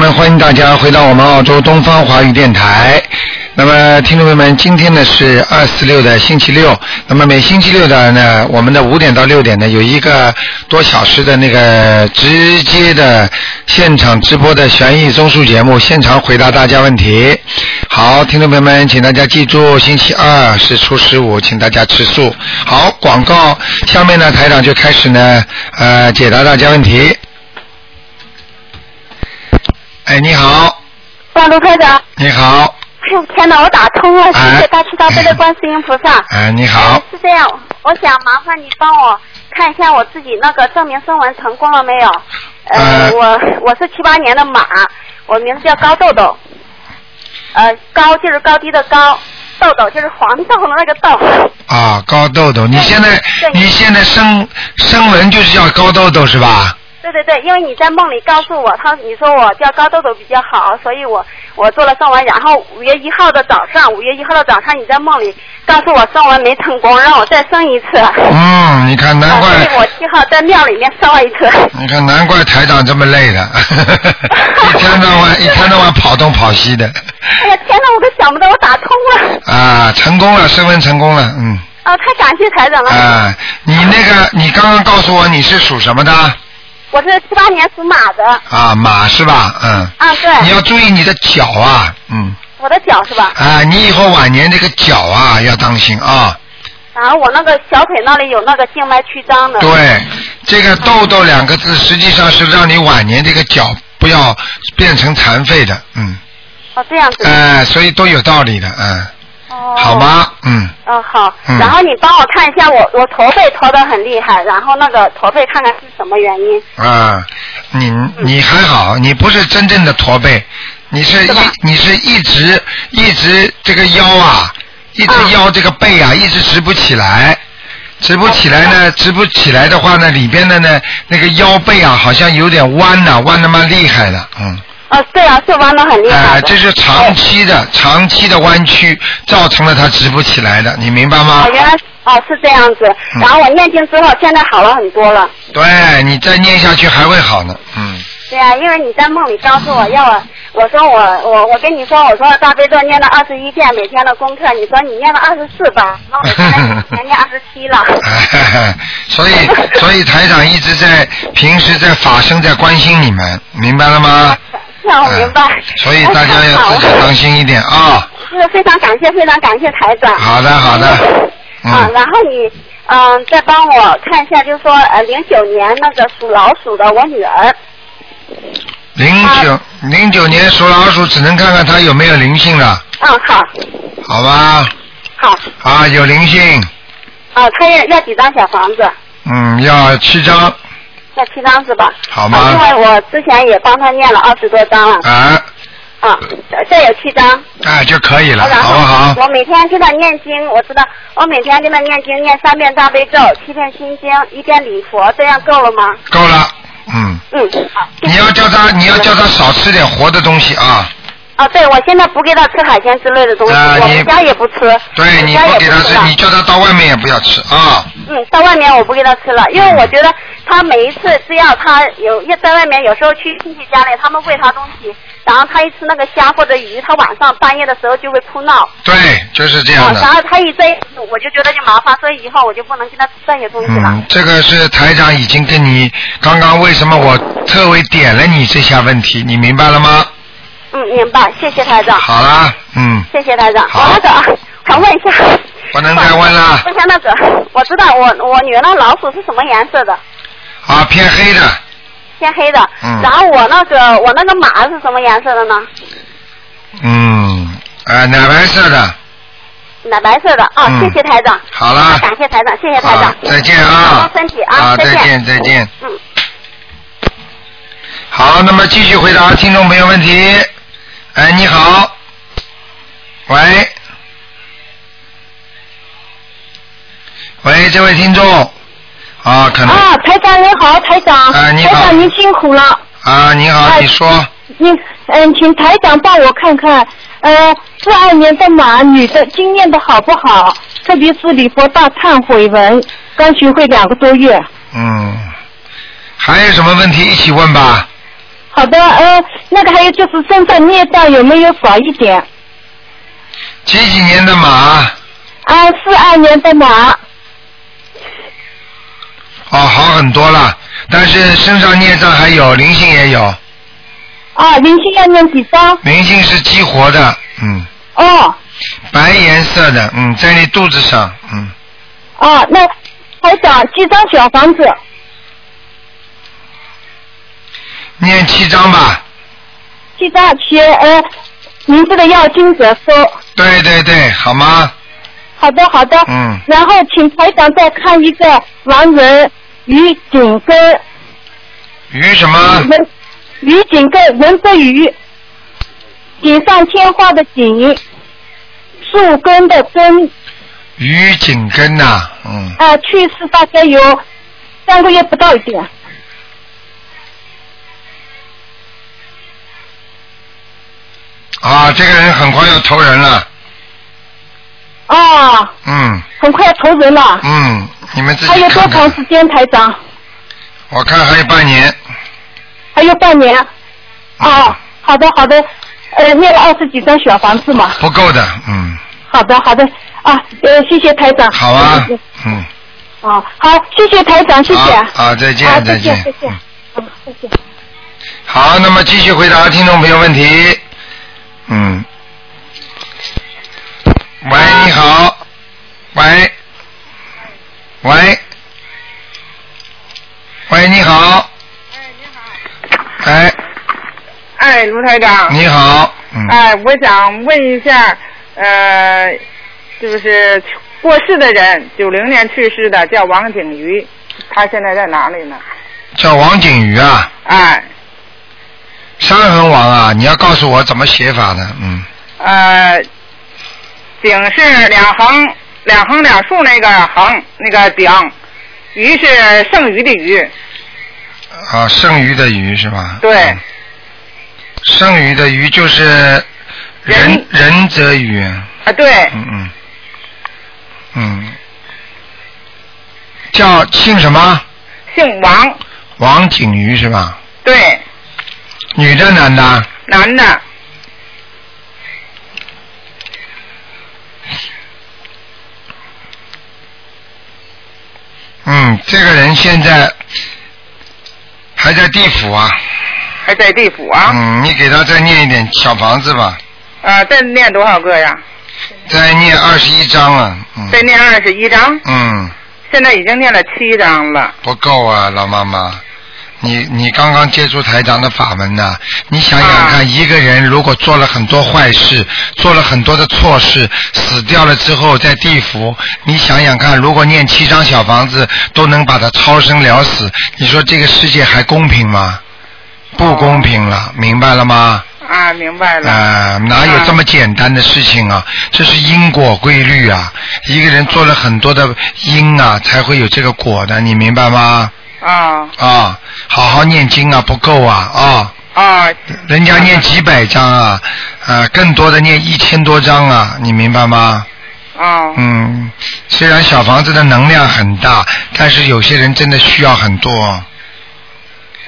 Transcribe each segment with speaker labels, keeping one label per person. Speaker 1: 呢，欢迎大家回到我们澳洲东方华语电台。那么，听众朋友们，今天呢是二四六的星期六。那么每星期六的呢，我们的五点到六点呢有一个多小时的那个直接的现场直播的悬疑综述节目，现场回答大家问题。好，听众朋友们，请大家记住，星期二是初十五，请大家吃素。好，广告下面呢，台长就开始呢，呃，解答大家问题。哎，你好，
Speaker 2: 哇，啊卢科长，
Speaker 1: 你好，
Speaker 2: 哎呦天哪，我打通了，谢
Speaker 1: 哎
Speaker 2: 谢大慈大悲的观世音菩 萨。
Speaker 1: 哎，你好，
Speaker 2: 是这样，我想麻烦你帮我看一下我自己那个证明声纹成功了没有？
Speaker 1: 呃
Speaker 2: 呃，我我是七八年的马，我名字叫高豆豆，呃，高就是高低的高，豆豆就是黄豆的那个豆，
Speaker 1: 啊，高豆豆，你
Speaker 2: 对
Speaker 1: 现在
Speaker 2: 对
Speaker 1: 你现在生生文就是叫高豆豆是吧？
Speaker 2: 对对对，因为你在梦里告诉我，他你说我叫高豆豆比较好，所以我我做了声纹，然后五月一号的早上，五月一号的早上你在梦里告诉我声纹没成功，让我再生一次。
Speaker 1: 嗯，你看难
Speaker 2: 啊所以我
Speaker 1: 怪，
Speaker 2: 七号在庙里面生了一次。
Speaker 1: 你看难怪台长这么累的， 一天到 晚一天到晚跑东跑西的，
Speaker 2: 哎呀，天哪，我都想不到我打通了
Speaker 1: 啊，成功了，升温成功了，嗯，
Speaker 2: 啊！太感谢台长了。
Speaker 1: 啊，你那个你刚刚告诉我你是属什么的？
Speaker 2: 我是七八年属马的。
Speaker 1: 啊，马是吧？嗯，
Speaker 2: 啊，
Speaker 1: 你
Speaker 2: 对，
Speaker 1: 要注意你的脚啊，嗯。
Speaker 2: 我的脚是吧？
Speaker 1: 啊，你以后晚年这个脚啊要当心啊。
Speaker 2: 然后我那个小腿那里有那个静脉曲张的。
Speaker 1: 对，这个“痘痘”两个字实际上是让你晚年这个脚不要变成残废的，嗯，
Speaker 2: 哦，这样子。
Speaker 1: 哎、所以都有道理的，嗯，
Speaker 2: 哦。
Speaker 1: 好？吗？嗯，
Speaker 2: 嗯，好。
Speaker 1: 嗯
Speaker 2: 然后你帮我看一下我我驼背驼得很厉害，然后那个驼背看看是什么原因。
Speaker 1: 啊，你你还好，你不是真正的驼背，你是
Speaker 2: 是
Speaker 1: 一
Speaker 2: 吧
Speaker 1: 你是一直一直这个腰啊，一直
Speaker 2: 嗯
Speaker 1: 腰这个背啊，一直直不起来。直不起来呢，直不起来的话呢，里边的呢那个腰背啊，好像有点弯呐、弯的蛮厉害的，嗯。
Speaker 2: 哦，对啊，是弯得很厉害
Speaker 1: 哎，
Speaker 2: 的。
Speaker 1: 这是长期的、长期的弯曲造成了它直不起来的，你明白吗
Speaker 2: 哦，？原来哦是这样子。
Speaker 1: 嗯
Speaker 2: 然后我念经之后，现在好了很多了。
Speaker 1: 对，你再念下去还会好呢。嗯，
Speaker 2: 对啊，因为你在梦里告诉我要我，我说我我我跟你说，我说大悲咒念了二十一遍每天的功课，你说你念了二十四吧，那我现在已经念二十七了。
Speaker 1: 所以所以台长一直在平时在法身在关心你们，明白了吗？
Speaker 2: 那我明白。
Speaker 1: 哎所以大家要
Speaker 2: 好
Speaker 1: 自己当心一
Speaker 2: 哎
Speaker 1: 点啊、
Speaker 2: 是非常感谢，非常感谢台长。
Speaker 1: 好的，好的，嗯
Speaker 2: 啊，然后你嗯、再帮我看一下，就是说呃零九年那个属老鼠的我女儿，
Speaker 1: 零九零九年属老鼠，只能看看它有没有灵性了，
Speaker 2: 嗯好，
Speaker 1: 好吧？
Speaker 2: 好
Speaker 1: 啊，有灵性，
Speaker 2: 啊，她要要几张小房子？
Speaker 1: 嗯，要七张，
Speaker 2: 要七张是吧？
Speaker 1: 好吗
Speaker 2: 啊因为我之前也帮她念了二十多张了。
Speaker 1: 啊。
Speaker 2: 啊，这这有七张，
Speaker 1: 啊就可以了，
Speaker 2: 然
Speaker 1: 好
Speaker 2: 后
Speaker 1: 不好？
Speaker 2: 我每天跟他念经，我知道我每天跟他念经，念三遍大悲咒，七遍心经，一遍礼佛，这样够了吗？
Speaker 1: 够了，嗯，
Speaker 2: 嗯，好。谢谢
Speaker 1: 你要叫他，你要叫他少吃点活的东西啊。
Speaker 2: 哦，对，我现在不给他吃海鲜之类的东西，
Speaker 1: 啊
Speaker 2: 我
Speaker 1: 你
Speaker 2: 们家也不吃，
Speaker 1: 对，
Speaker 2: 我
Speaker 1: 你
Speaker 2: 家也
Speaker 1: 不给他吃
Speaker 2: 了，
Speaker 1: 你叫他到外面也不要吃啊。
Speaker 2: 嗯，到外面我不给他吃了，因为我觉得他每一次只要他有要在外面，有时候去亲戚家里，他们喂他东西，然后他一吃那个虾或者鱼，他晚上半夜的时候就会哭闹，
Speaker 1: 对，哎就是这样
Speaker 2: 哦，然
Speaker 1: 的。
Speaker 2: 后他一这一次我就觉得就麻烦，所以以后我就不能跟他吃这些东西了。
Speaker 1: 嗯，这个是台长已经跟你刚刚为什么我特为点了你这下问题，你明白了吗？
Speaker 2: 嗯，明白，谢谢台长，
Speaker 1: 好啦，嗯，
Speaker 2: 谢谢台长。
Speaker 1: 好啊
Speaker 2: 我那个想问一下，
Speaker 1: 不能再问了
Speaker 2: 问一下那个，我知道我我女儿那老鼠是什么颜色的？
Speaker 1: 啊，偏黑的，
Speaker 2: 偏黑的。
Speaker 1: 嗯
Speaker 2: 然后我那个我那个马是什么颜色的呢？
Speaker 1: 嗯，啊，奶白色的，
Speaker 2: 奶白色的啊、
Speaker 1: 嗯
Speaker 2: 谢谢台长。
Speaker 1: 好啦
Speaker 2: 感谢台长，谢谢台
Speaker 1: 好
Speaker 2: 长。，
Speaker 1: 再见
Speaker 2: 保
Speaker 1: 啊
Speaker 2: 重，身体啊
Speaker 1: 啊，
Speaker 2: 再
Speaker 1: 再
Speaker 2: 见
Speaker 1: 见，再见。
Speaker 2: 嗯。
Speaker 1: 好，那么继续回答听众朋友问题。哎，你好，喂，喂，这位听众，啊，可能
Speaker 3: 啊，台长你好，台长，
Speaker 1: 啊你好
Speaker 3: 台长您辛苦了，
Speaker 1: 啊，你好，
Speaker 3: 哎
Speaker 1: 你说，
Speaker 3: 您嗯，请台长帮我看看，呃，四二年的马女的经验的好不好？特别是李佛大忏悔文，刚学会两个多月，
Speaker 1: 嗯，还有什么问题一起问吧？
Speaker 4: 好的，呃，那个还有就是身上孽障有没有少一点？
Speaker 1: 几几年的马？
Speaker 4: 啊，四二年的马，
Speaker 1: 哦，好很多了，但是身上孽障还有，灵性也有，
Speaker 4: 啊，灵性要念几张？
Speaker 1: 灵性是激活的，嗯，
Speaker 4: 哦，
Speaker 1: 白颜色的，嗯，在你肚子上，嗯，
Speaker 4: 啊，那还想几张小房子？
Speaker 1: 念七章吧，
Speaker 4: 七张写呃名字的要经者收。
Speaker 1: 对对对，好吗？
Speaker 4: 好的，好的。
Speaker 1: 嗯
Speaker 4: 然后请台长再看一个亡人于景根，
Speaker 1: 鱼什么？
Speaker 4: 文于景根文字于锦上添花的锦，树根的根，
Speaker 1: 嗯鱼紧根呐、嗯，
Speaker 4: 啊、去世大概有三个月不到一点。
Speaker 1: 啊，这个人很快要投人了，
Speaker 4: 啊，
Speaker 1: 嗯
Speaker 4: 很快投人了，
Speaker 1: 嗯，你们自
Speaker 4: 还
Speaker 1: 己
Speaker 4: 有多
Speaker 1: 看
Speaker 4: 长
Speaker 1: 看，
Speaker 4: 时间，台长？
Speaker 1: 我看还有半年，
Speaker 4: 还有半年。啊，好的好的，呃，念了二十几张小房子嘛。
Speaker 1: 不够的，嗯，
Speaker 4: 好的好的，啊，呃，谢谢台长。
Speaker 1: 好啊，嗯，
Speaker 4: 啊，好，谢谢台长，谢谢。
Speaker 1: 好，好，再见，
Speaker 4: 啊
Speaker 1: 再
Speaker 4: 再见
Speaker 1: 见
Speaker 4: 再见
Speaker 1: 嗯
Speaker 4: 嗯，谢谢。
Speaker 1: 好，那么继续回答听众朋友问题。嗯。喂，你好。喂。喂。喂，你好。哎，
Speaker 5: 哎，卢台长，
Speaker 1: 你好。嗯。
Speaker 5: 哎，我想问一下，呃，就是过世的人，九零年去世的叫王景瑜，他现在在哪里呢？
Speaker 1: 叫王景瑜啊，
Speaker 5: 哎，
Speaker 1: 山横王啊，你要告诉我怎么写法呢？嗯。
Speaker 5: 呃，景是两横两横两竖那个横那个景，鱼是剩余的鱼，
Speaker 1: 啊，剩余的余是吧？
Speaker 5: 对
Speaker 1: 嗯剩余的余就是仁
Speaker 5: 人
Speaker 1: 仁则余。
Speaker 5: 啊对，
Speaker 1: 嗯嗯，嗯，叫姓什么？
Speaker 5: 姓王，
Speaker 1: 王景瑜是吧？
Speaker 5: 对，
Speaker 1: 女的男的？
Speaker 5: 男的，
Speaker 1: 嗯，这个人现在还在地府啊。
Speaker 5: 还在地府啊，
Speaker 1: 嗯，你给他再念一点小房子吧，
Speaker 5: 啊，再念多少个呀？
Speaker 1: 嗯再念二十一章啊。嗯。
Speaker 5: 再念二十一章，
Speaker 1: 嗯，
Speaker 5: 现在已经念了七章了。
Speaker 1: 不够啊，老妈妈。你你刚刚接触台长的法门呐、你想想看，
Speaker 5: 啊
Speaker 1: 一个人如果做了很多坏事，做了很多的错事，死掉了之后在地府，你想想看，如果念七张小房子都能把他超生了死，你说这个世界还公平吗？不公平了，明白了吗？
Speaker 5: 啊，明白了。
Speaker 1: 啊、哪有
Speaker 5: 啊
Speaker 1: 这么简单的事情啊？这是因果规律啊！一个人做了很多的因啊，才会有这个果的，你明白吗？
Speaker 5: 啊
Speaker 1: 啊，好好念经啊，不够啊啊！
Speaker 5: 啊
Speaker 1: 人家念几百章啊，啊，更多的念一千多章啊，你明白吗？
Speaker 5: 啊！
Speaker 1: 嗯，虽然小房子的能量很大，但是有些人真的需要很多，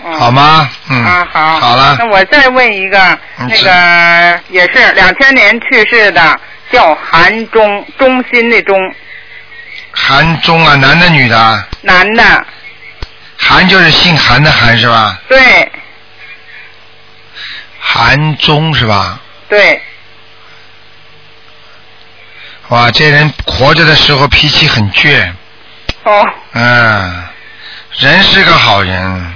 Speaker 5: 嗯
Speaker 1: 好？吗？嗯，
Speaker 5: 啊，好。
Speaker 1: 好了
Speaker 5: 那，我再问一个，
Speaker 1: 嗯
Speaker 5: 那个也是两千年去世的，叫韩忠，忠心的忠，
Speaker 1: 韩中啊，男的女的啊？
Speaker 5: 男的，
Speaker 1: 韩就是姓韩的韩是吧？
Speaker 5: 对
Speaker 1: 韩中是吧？
Speaker 5: 对，
Speaker 1: 哇，这人活着的时候脾气很倔，
Speaker 5: 哦
Speaker 1: 嗯，人是个好人，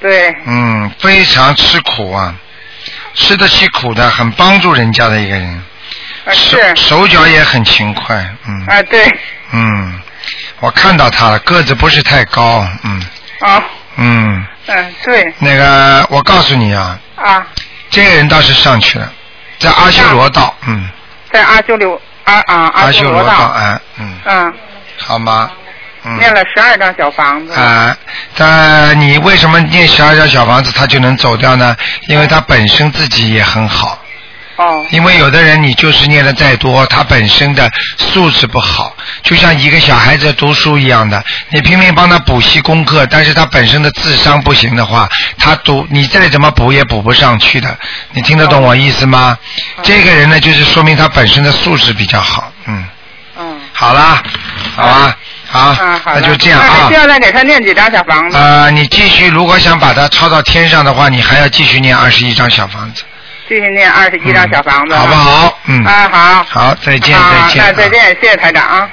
Speaker 5: 对，
Speaker 1: 嗯，非常吃苦啊，吃得起苦的，很帮助人家的一个人，
Speaker 5: 啊
Speaker 1: 手
Speaker 5: 是
Speaker 1: 手脚也很勤快，嗯、
Speaker 5: 啊对
Speaker 1: 嗯，我看到他了，个子不是太高，嗯
Speaker 5: 啊
Speaker 1: 嗯，
Speaker 5: 嗯对
Speaker 1: 那个我告诉你啊，
Speaker 5: 啊，
Speaker 1: 这个人倒是上去了，在阿修罗道，嗯，
Speaker 5: 在阿修罗阿啊
Speaker 1: 阿
Speaker 5: 修罗
Speaker 1: 罗
Speaker 5: 道，
Speaker 1: 哎，嗯，
Speaker 5: 嗯，
Speaker 1: 好吗？嗯。
Speaker 5: 念了十二张小房子，
Speaker 1: 啊，他你为什么念十二张小房子他就能走掉呢？因为他本身自己也很好，
Speaker 5: 哦
Speaker 1: 因为有的人你就是念的再多，他本身的素质不好，就像一个小孩子读书一样的，你拼命帮他补习功课，但是他本身的智商不行的话，他读你再怎么补也补不上去的。你听得懂我意思吗？
Speaker 5: 哦
Speaker 1: 这个人呢，就是说明他本身的素质比较好。嗯，
Speaker 5: 嗯。
Speaker 1: 好啦，好啊，好，
Speaker 5: 啊，好
Speaker 1: 那
Speaker 5: 了
Speaker 1: 就这样
Speaker 5: 那还
Speaker 1: 啊
Speaker 5: 需。要再给他念几张小房子？
Speaker 1: 呃，你继续，如果想把它抄到天上的话，你还要继续念二十一张小房子，
Speaker 5: 继续念二十一张小房子，
Speaker 1: 好不？好？嗯，
Speaker 5: 啊，好。
Speaker 1: 好，再见，
Speaker 5: 啊
Speaker 1: 再见，
Speaker 5: 那再
Speaker 1: 啊。
Speaker 5: 见，谢谢台长啊。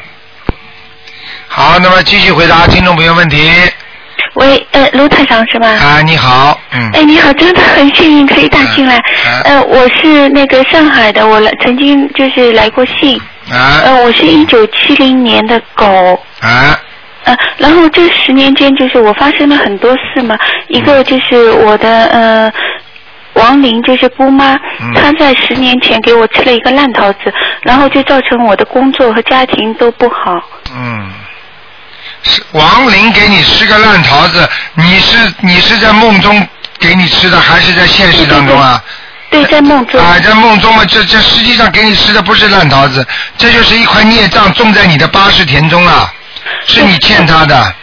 Speaker 1: 好，那么继续回答听众朋友问题。
Speaker 6: 喂，呃，卢台长是吧？
Speaker 1: 啊，你好，嗯，
Speaker 6: 哎，你好，真的很幸运可以打进来
Speaker 1: 啊啊。
Speaker 6: 呃，我是那个上海的，我来曾经就是来过信。
Speaker 1: 啊
Speaker 5: 嗯
Speaker 6: 呃，我是一九七零年的狗。
Speaker 1: 啊，
Speaker 6: 呃，然后这十年间就是我发生了很多事嘛，一个
Speaker 1: 嗯
Speaker 6: 就是我的呃亡灵就是姑妈
Speaker 1: 嗯，
Speaker 6: 她在十年前给我吃了一个烂桃子，然后就造成我的工作和家庭都不好。
Speaker 1: 嗯，是王林给你吃个烂桃子，你是你是在梦中给你吃的，还是在现实当中啊？
Speaker 6: 对，在梦中。
Speaker 1: 啊，在梦中嘛，这这实际上给你吃的不是烂桃子，这就是一块孽障种在你的八十田中啊，是你欠他的。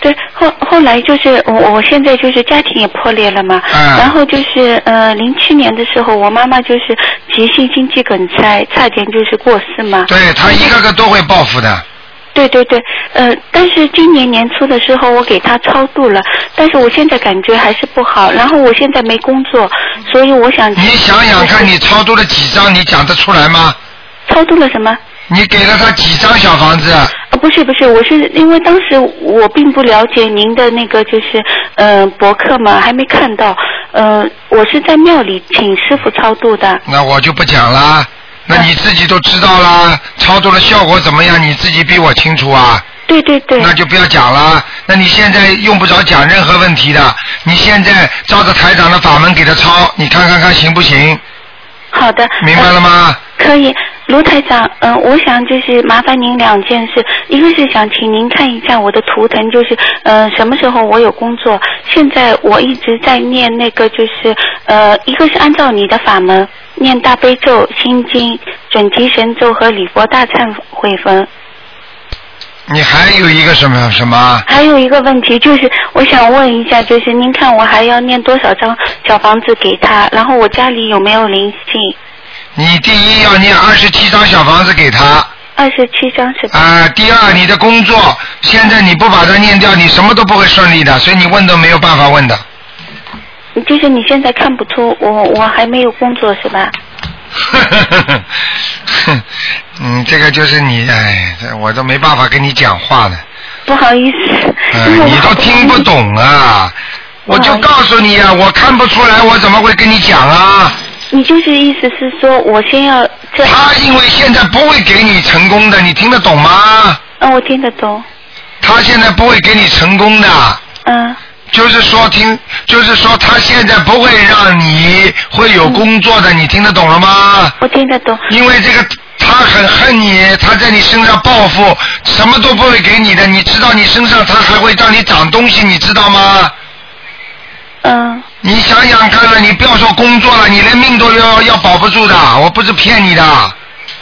Speaker 6: 对，后后来就是我我现在就是家庭也破裂了嘛，
Speaker 1: 嗯
Speaker 6: 然后就是呃零七年的时候，我妈妈就是急性心肌梗塞，差点就是过世嘛。
Speaker 1: 对他一个个都会报复的，
Speaker 6: 对对对，呃，但是今年年初的时候我给她超度了，但是我现在感觉还是不好，然后我现在没工作，所以我想
Speaker 1: 你想想看，你超度了几张，你讲得出来吗？
Speaker 6: 超度了什么？
Speaker 1: 你给了他几张小房子？
Speaker 6: 啊，不是不是，我是因为当时我并不了解您的那个就是呃博客嘛，还没看到。呃，我是在庙里请师傅超度的。
Speaker 1: 那我就不讲啦。那你自己都知道啦，操作的效果怎么样？你自己比我清楚啊。
Speaker 6: 对对对，
Speaker 1: 那就不要讲啦。那你现在用不着讲任何问题的。你现在照着台长的法门给他抄，你看看看行不行？
Speaker 6: 好的，
Speaker 1: 明白了
Speaker 6: 呃
Speaker 1: 吗？
Speaker 6: 可以，卢台长，嗯、我想就是麻烦您两件事，一个是想请您看一下我的图腾，就是呃什么时候我有工作。现在我一直在念那个就是呃，一个是按照你的法门念大悲咒、心经、准提神咒和礼佛大忏悔文。
Speaker 1: 你还有一个什么什么？
Speaker 6: 还有一个问题就是，我想问一下，就是您看我还要念多少张小房子给他？然后我家里有没有灵性？
Speaker 1: 你第一要念二十七张小房子给他啊、
Speaker 6: 二十七张是吧？
Speaker 1: 第二，你的工作现在你不把它念掉，你什么都不会顺利的，所以你问都没有办法问的。
Speaker 6: 就是你现在看不出我我还没有工作是吧？
Speaker 1: 嗯，这个就是你，哎，这我都没办法跟你讲话了，
Speaker 6: 不好意思，
Speaker 1: 呃，
Speaker 6: 因为我
Speaker 1: 你都听不。懂啊！我就告诉你啊，我看不出来，我怎么会跟你讲啊？
Speaker 6: 你就是意思是说我先要这，
Speaker 1: 他因为现在不会给你成功的，你听得懂吗？
Speaker 6: 嗯，我听得懂，
Speaker 1: 他现在不会给你成功的，
Speaker 6: 嗯，
Speaker 1: 就是说听，就是说他现在不会让你会有工作的，你听得懂了吗？
Speaker 6: 我听得懂，
Speaker 1: 因为这个他很恨你，他在你身上报复，什么都不会给你的。你知道你身上他还会让你长东西，你知道吗？
Speaker 6: 嗯，
Speaker 1: 你想想看啊了，你不要说工作了，你连命都要要保不住的。我不是骗你的，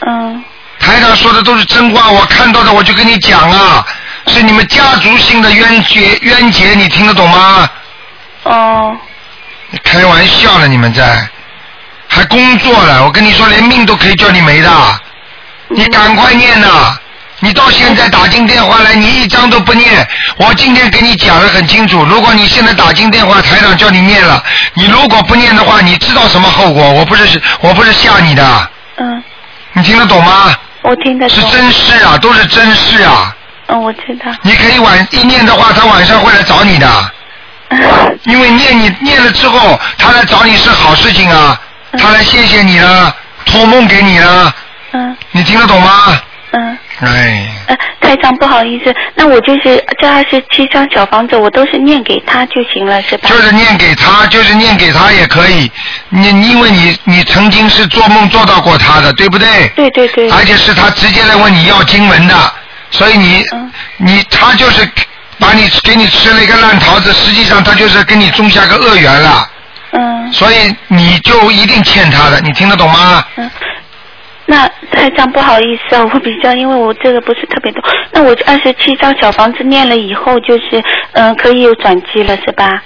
Speaker 6: 嗯，
Speaker 1: 台长说的都是真话，我看到的我就跟你讲啊，是你们家族性的冤结冤结，你听得懂吗？
Speaker 6: 哦，
Speaker 1: 你开玩笑呢，你们在还工作了？我跟你说，连命都可以叫你没的。你赶快念呐、你到现在打进电话来，你一张都不念。我今天给你讲的很清楚，如果你现在打进电话，台长叫你念了，你如果不念的话，你知道什么后果？我不是我不是吓你的，
Speaker 6: 嗯，
Speaker 1: 你听得懂吗？
Speaker 6: 我听得
Speaker 1: 是
Speaker 6: 懂，
Speaker 1: 真事啊，都是真事啊。
Speaker 6: 嗯，我知道，
Speaker 1: 你可以晚一念的话，他晚上会来找你 的，因为念你念了之后，他来找你是好事情啊，他来谢谢你了，托梦给你了，
Speaker 6: 嗯
Speaker 1: 你听得懂吗？
Speaker 6: 嗯。
Speaker 1: 哎。
Speaker 6: 呃，台长不好意思，那我就是这二十七张小房子，我都是念给他就行了，是吧？
Speaker 1: 就是念给他，就是念给他也可以。你因为你你曾经是做梦做到过他的，对不对？
Speaker 6: 对对对，
Speaker 1: 而且是他直接来问你要经文的，所以你、
Speaker 6: 嗯
Speaker 1: 你他就是把你给你吃了一个烂桃子，实际上他就是跟你种下个恶缘了。
Speaker 6: 嗯
Speaker 1: 所以你就一定欠他的，你听得懂吗？
Speaker 6: 嗯。那台长不好意思啊，我比较因为我这个不是特别懂。那我二十七张小房子念了以后，就是嗯、可以有转机了是吧？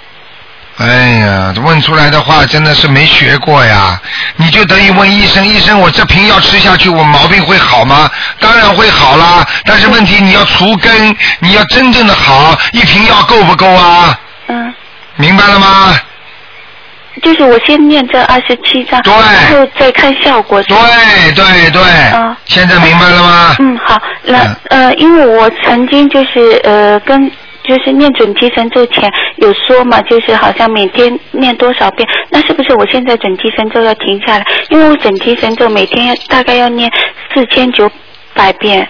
Speaker 1: 哎呀，问出来的话真的是没学过呀！你就等于问医生，医生，我这瓶药吃下去，我毛病会好吗？当然会好啦，但是问题你要除根，你要真正的好，一瓶药够不够啊？
Speaker 6: 嗯，
Speaker 1: 明白了吗？
Speaker 6: 就是我先念这二十七张，
Speaker 1: 对
Speaker 6: 然后再看效果是吧。
Speaker 1: 对哎对对
Speaker 6: 嗯，
Speaker 1: 现在明白了吗？
Speaker 6: 嗯，好，那
Speaker 1: 嗯
Speaker 6: 呃，因为我曾经就是呃跟就是念准提神咒前有说嘛，就是好像每天念多少遍，那是不是我现在准提神咒要停下来？因为我准提神咒每天要大概要念四千九百遍。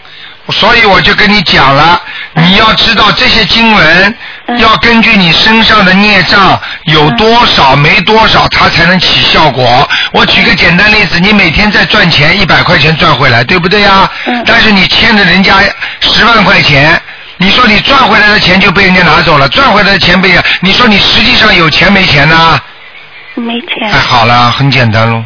Speaker 1: 所以我就跟你讲了，你要知道这些经文，
Speaker 6: 嗯
Speaker 1: 要根据你身上的孽障有多少没多少，它才能起效果。
Speaker 6: 嗯
Speaker 1: 我举个简单例子，你每天在赚钱，一百块钱赚回来，对不对呀
Speaker 6: 嗯？
Speaker 1: 但是你欠着人家十万块钱。你说你赚回来的钱就被人家拿走了，赚回来的钱被人家，你说你实际上有钱没钱呢？
Speaker 6: 没钱
Speaker 1: 哎，，好了，很简单喽。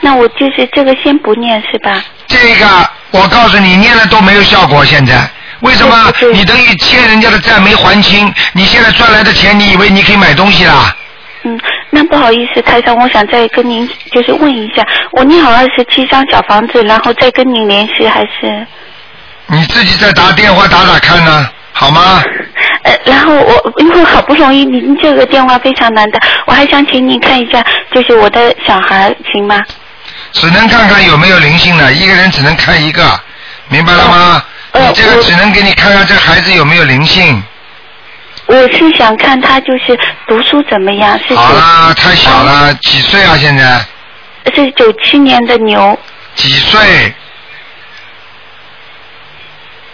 Speaker 6: 那我就是这个先不念是吧？
Speaker 1: 这个我告诉你，念了都没有效果。现在为什么
Speaker 6: 对对？对
Speaker 1: 你等于欠人家的债没还清，你现在赚来的钱，你以为你可以买东西啦？
Speaker 6: 嗯，那不好意思，台长，我想再跟您就是问一下，我念好二十七张小房子，然后再跟您联系还是？
Speaker 1: 你自己再打电话打打看呢、好吗？
Speaker 6: 呃，然后我因为好不容易您这个电话非常难打，我还想请您看一下，就是我的小孩行吗？
Speaker 1: 只能看看有没有灵性了，一个人只能看一个，明白了吗？
Speaker 6: 呃
Speaker 1: 你这个
Speaker 6: 我
Speaker 1: 只能给你看看这孩子有没有灵性。
Speaker 6: 我是想看他就是读书怎么样，是
Speaker 1: 好
Speaker 6: 九
Speaker 1: 啦，啊太小了，
Speaker 6: 哦
Speaker 1: 几岁啊？现在
Speaker 6: 是九七年的牛，
Speaker 1: 几岁？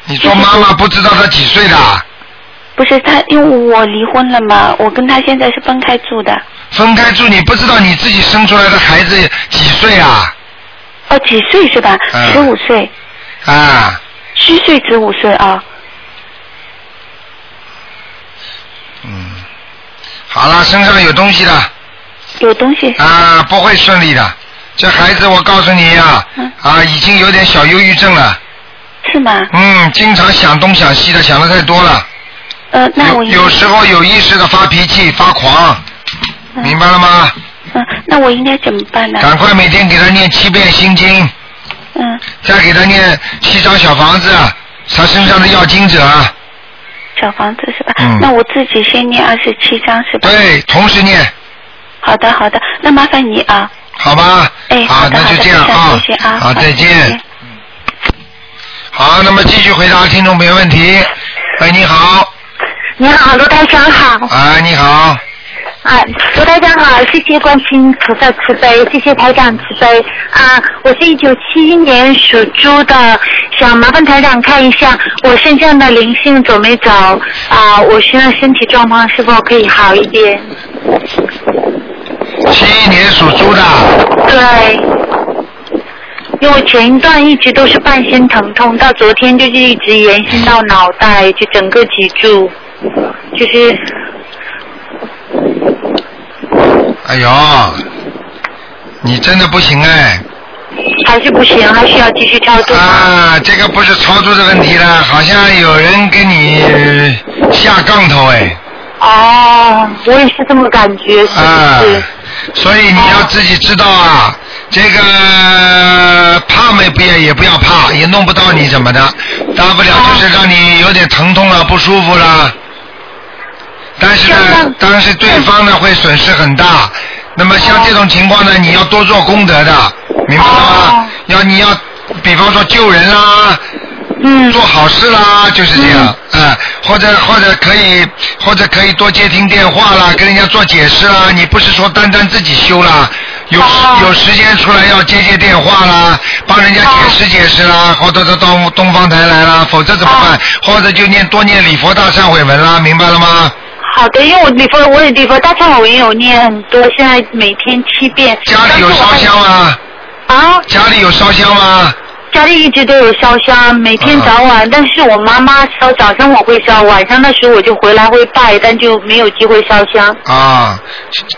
Speaker 1: 你做妈妈不知道他几岁的啊？
Speaker 6: 不是他，因为我离婚了嘛，我跟他现在是分开住的。
Speaker 1: 分开住，你不知道你自己生出来的孩子几岁啊？
Speaker 6: 哦，几岁是吧？
Speaker 1: 嗯
Speaker 6: 十五岁，
Speaker 1: 啊，
Speaker 6: 虚岁指五岁啊。
Speaker 1: 嗯，好了，身上有东西了
Speaker 6: 有东西，
Speaker 1: 啊，不会顺利的。这孩子，我告诉你啊
Speaker 6: 嗯，
Speaker 1: 啊，已经有点小忧郁症了。
Speaker 6: 是吗？
Speaker 1: 嗯，经常想东想西的，想的太多了，
Speaker 6: 呃，那
Speaker 1: 有
Speaker 6: 我应
Speaker 1: 有时候有意识的发脾气、发狂，
Speaker 6: 嗯
Speaker 1: 明白了吗？
Speaker 4: 啊
Speaker 6: 嗯，那我应该怎么办呢？
Speaker 1: 赶快每天给他念七遍心经，
Speaker 6: 嗯，
Speaker 1: 再给他念七张小房子，他身上的要经者。
Speaker 6: 小房子是吧？
Speaker 1: 嗯
Speaker 6: 那我自己先念二十七章是吧？
Speaker 1: 对，同时念，
Speaker 6: 好的，好的，那麻烦你啊。
Speaker 1: 好吧？
Speaker 6: 哎，
Speaker 1: 好，
Speaker 6: 的，
Speaker 1: 那
Speaker 6: 好
Speaker 1: 就
Speaker 6: 的，
Speaker 1: 这样
Speaker 6: 非常
Speaker 1: 啊
Speaker 6: 谢谢，啊，
Speaker 1: 好，再
Speaker 6: 再
Speaker 1: 见。好，那么继续回答听众朋友问题。喂，你好，
Speaker 7: 你好，罗台长好
Speaker 1: 啊，你好，
Speaker 7: 啊，罗台长好，谢谢观世音菩萨慈悲，谢谢台长慈悲啊！我是一九七一年属猪的，想麻烦台长看一下我身上的灵性走没走啊？我现在身体状况是否可以好一点？
Speaker 1: 七一年属猪的，
Speaker 7: 对，因为我前一段一直都是半身疼痛，到昨天就是一直延伸到脑袋，就整个脊柱，就是
Speaker 1: 哎呦，你真的不行哎，
Speaker 7: 还是不行，还需要继续操作。
Speaker 1: 啊，这个不是操作的问题了，好像有人跟你呃下杠头哎，
Speaker 7: 哦，我也是这么感觉，是不
Speaker 1: 啊
Speaker 7: 是？，
Speaker 1: 所以你要自己知道啊，这个怕没不也也不要怕，也弄不到你怎么的，大不了
Speaker 7: 啊
Speaker 1: 就是让你有点疼痛了、不舒服了。但是呢
Speaker 7: 像，
Speaker 1: 但是对方呢会损失很大。那么像这种情况呢，你要多做功德的，明白了吗
Speaker 7: 嗯哦？
Speaker 1: 要你要，比方说救人啦，
Speaker 7: 嗯
Speaker 1: 做好事啦，就是这样，啊，或者或者可以，或者可以多接听电话啦，跟人家做解释啦。你不是说单单自己修啦，有时、
Speaker 7: 哦
Speaker 1: 有时间出来要接接电话啦，帮人家解释解释
Speaker 7: 啊
Speaker 1: 啦，或者到东东方台来啦，否则怎么办？
Speaker 7: 哦
Speaker 1: 或者就念多念礼佛大忏悔文啦，明白了吗？
Speaker 7: 好的，因为我礼佛，我也礼佛大忏悔文有念很多，现在每天七遍。
Speaker 1: 家里有烧香吗？
Speaker 7: 啊？
Speaker 1: 家里有烧香吗？
Speaker 7: 家里一直都有烧香，每天
Speaker 1: 啊
Speaker 7: 早晚，但是我妈妈烧，早上我会烧，晚上的时候我就回来会拜，但就没有机会烧香。
Speaker 1: 啊，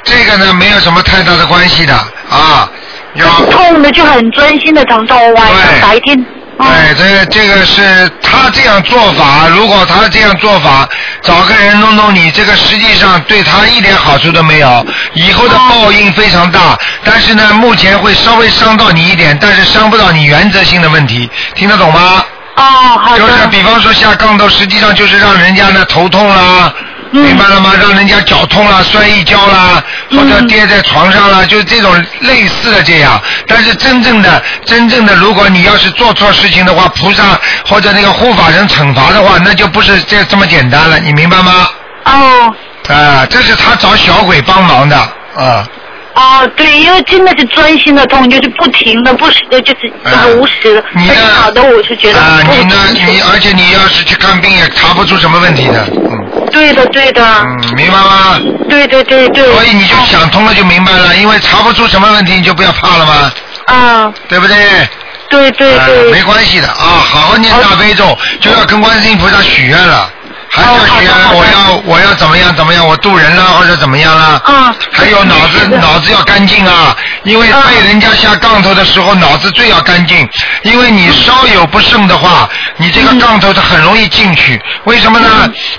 Speaker 1: 这个呢没有什么太大的关系的啊，要
Speaker 7: 痛的就很专心的疼痛，晚
Speaker 1: 对
Speaker 7: 上白天。嗯
Speaker 1: 对，哎这个这个是他这样做法，如果他这样做法，找个人弄弄你，这个实际上对他一点好处都没有，以后的报应非常大。但是呢，目前会稍微伤到你一点，但是伤不到你原则性的问题，听得懂吗？
Speaker 7: 哦，好的
Speaker 1: 就。是比方说下杠头，实际上就是让人家呢头痛啦。明白了吗？让人家脚痛啦、摔一跤啦，或者跌在床上啦，就是这种类似的这样。但是真正的、真正的，如果你要是做错事情的话，菩萨或者那个护法神惩罚的话，那就不是这这么简单了，你明白吗？
Speaker 7: 哦
Speaker 1: 啊，这是他找小鬼帮忙的啊。
Speaker 7: 哦，对，因为真的是专心的痛，就是不停的、不时的，就是就是无时的。
Speaker 1: 嗯你
Speaker 7: 而且
Speaker 1: 呢？
Speaker 7: 搞得我是觉得
Speaker 1: 啊，
Speaker 7: 很
Speaker 1: 你
Speaker 7: 痛
Speaker 1: 呢？你而且你要是去看病也查不出什么问题的，嗯
Speaker 7: 对的，对的，
Speaker 1: 嗯，明白吗？
Speaker 7: 对对对对。
Speaker 1: 所以你就想通了就明白了，因为查不出什么问题，你就不要怕了嘛，
Speaker 7: 啊，
Speaker 1: 对不对？
Speaker 7: 对对
Speaker 1: 呃
Speaker 7: 对。
Speaker 1: 没关系的啊，好好念大悲咒，就要跟观世音菩萨许愿了，还是要许愿，
Speaker 7: 哦好的好的
Speaker 1: 我要我要怎么样怎么样，我渡人啦或者怎么样啦。
Speaker 7: 嗯
Speaker 1: 还有脑子脑子要干净啊，因为被人家下杠头的时候，脑子最要干净，因为你稍有不慎的话，你这
Speaker 7: 嗯
Speaker 1: 个杠头它很容易进去。为什么呢？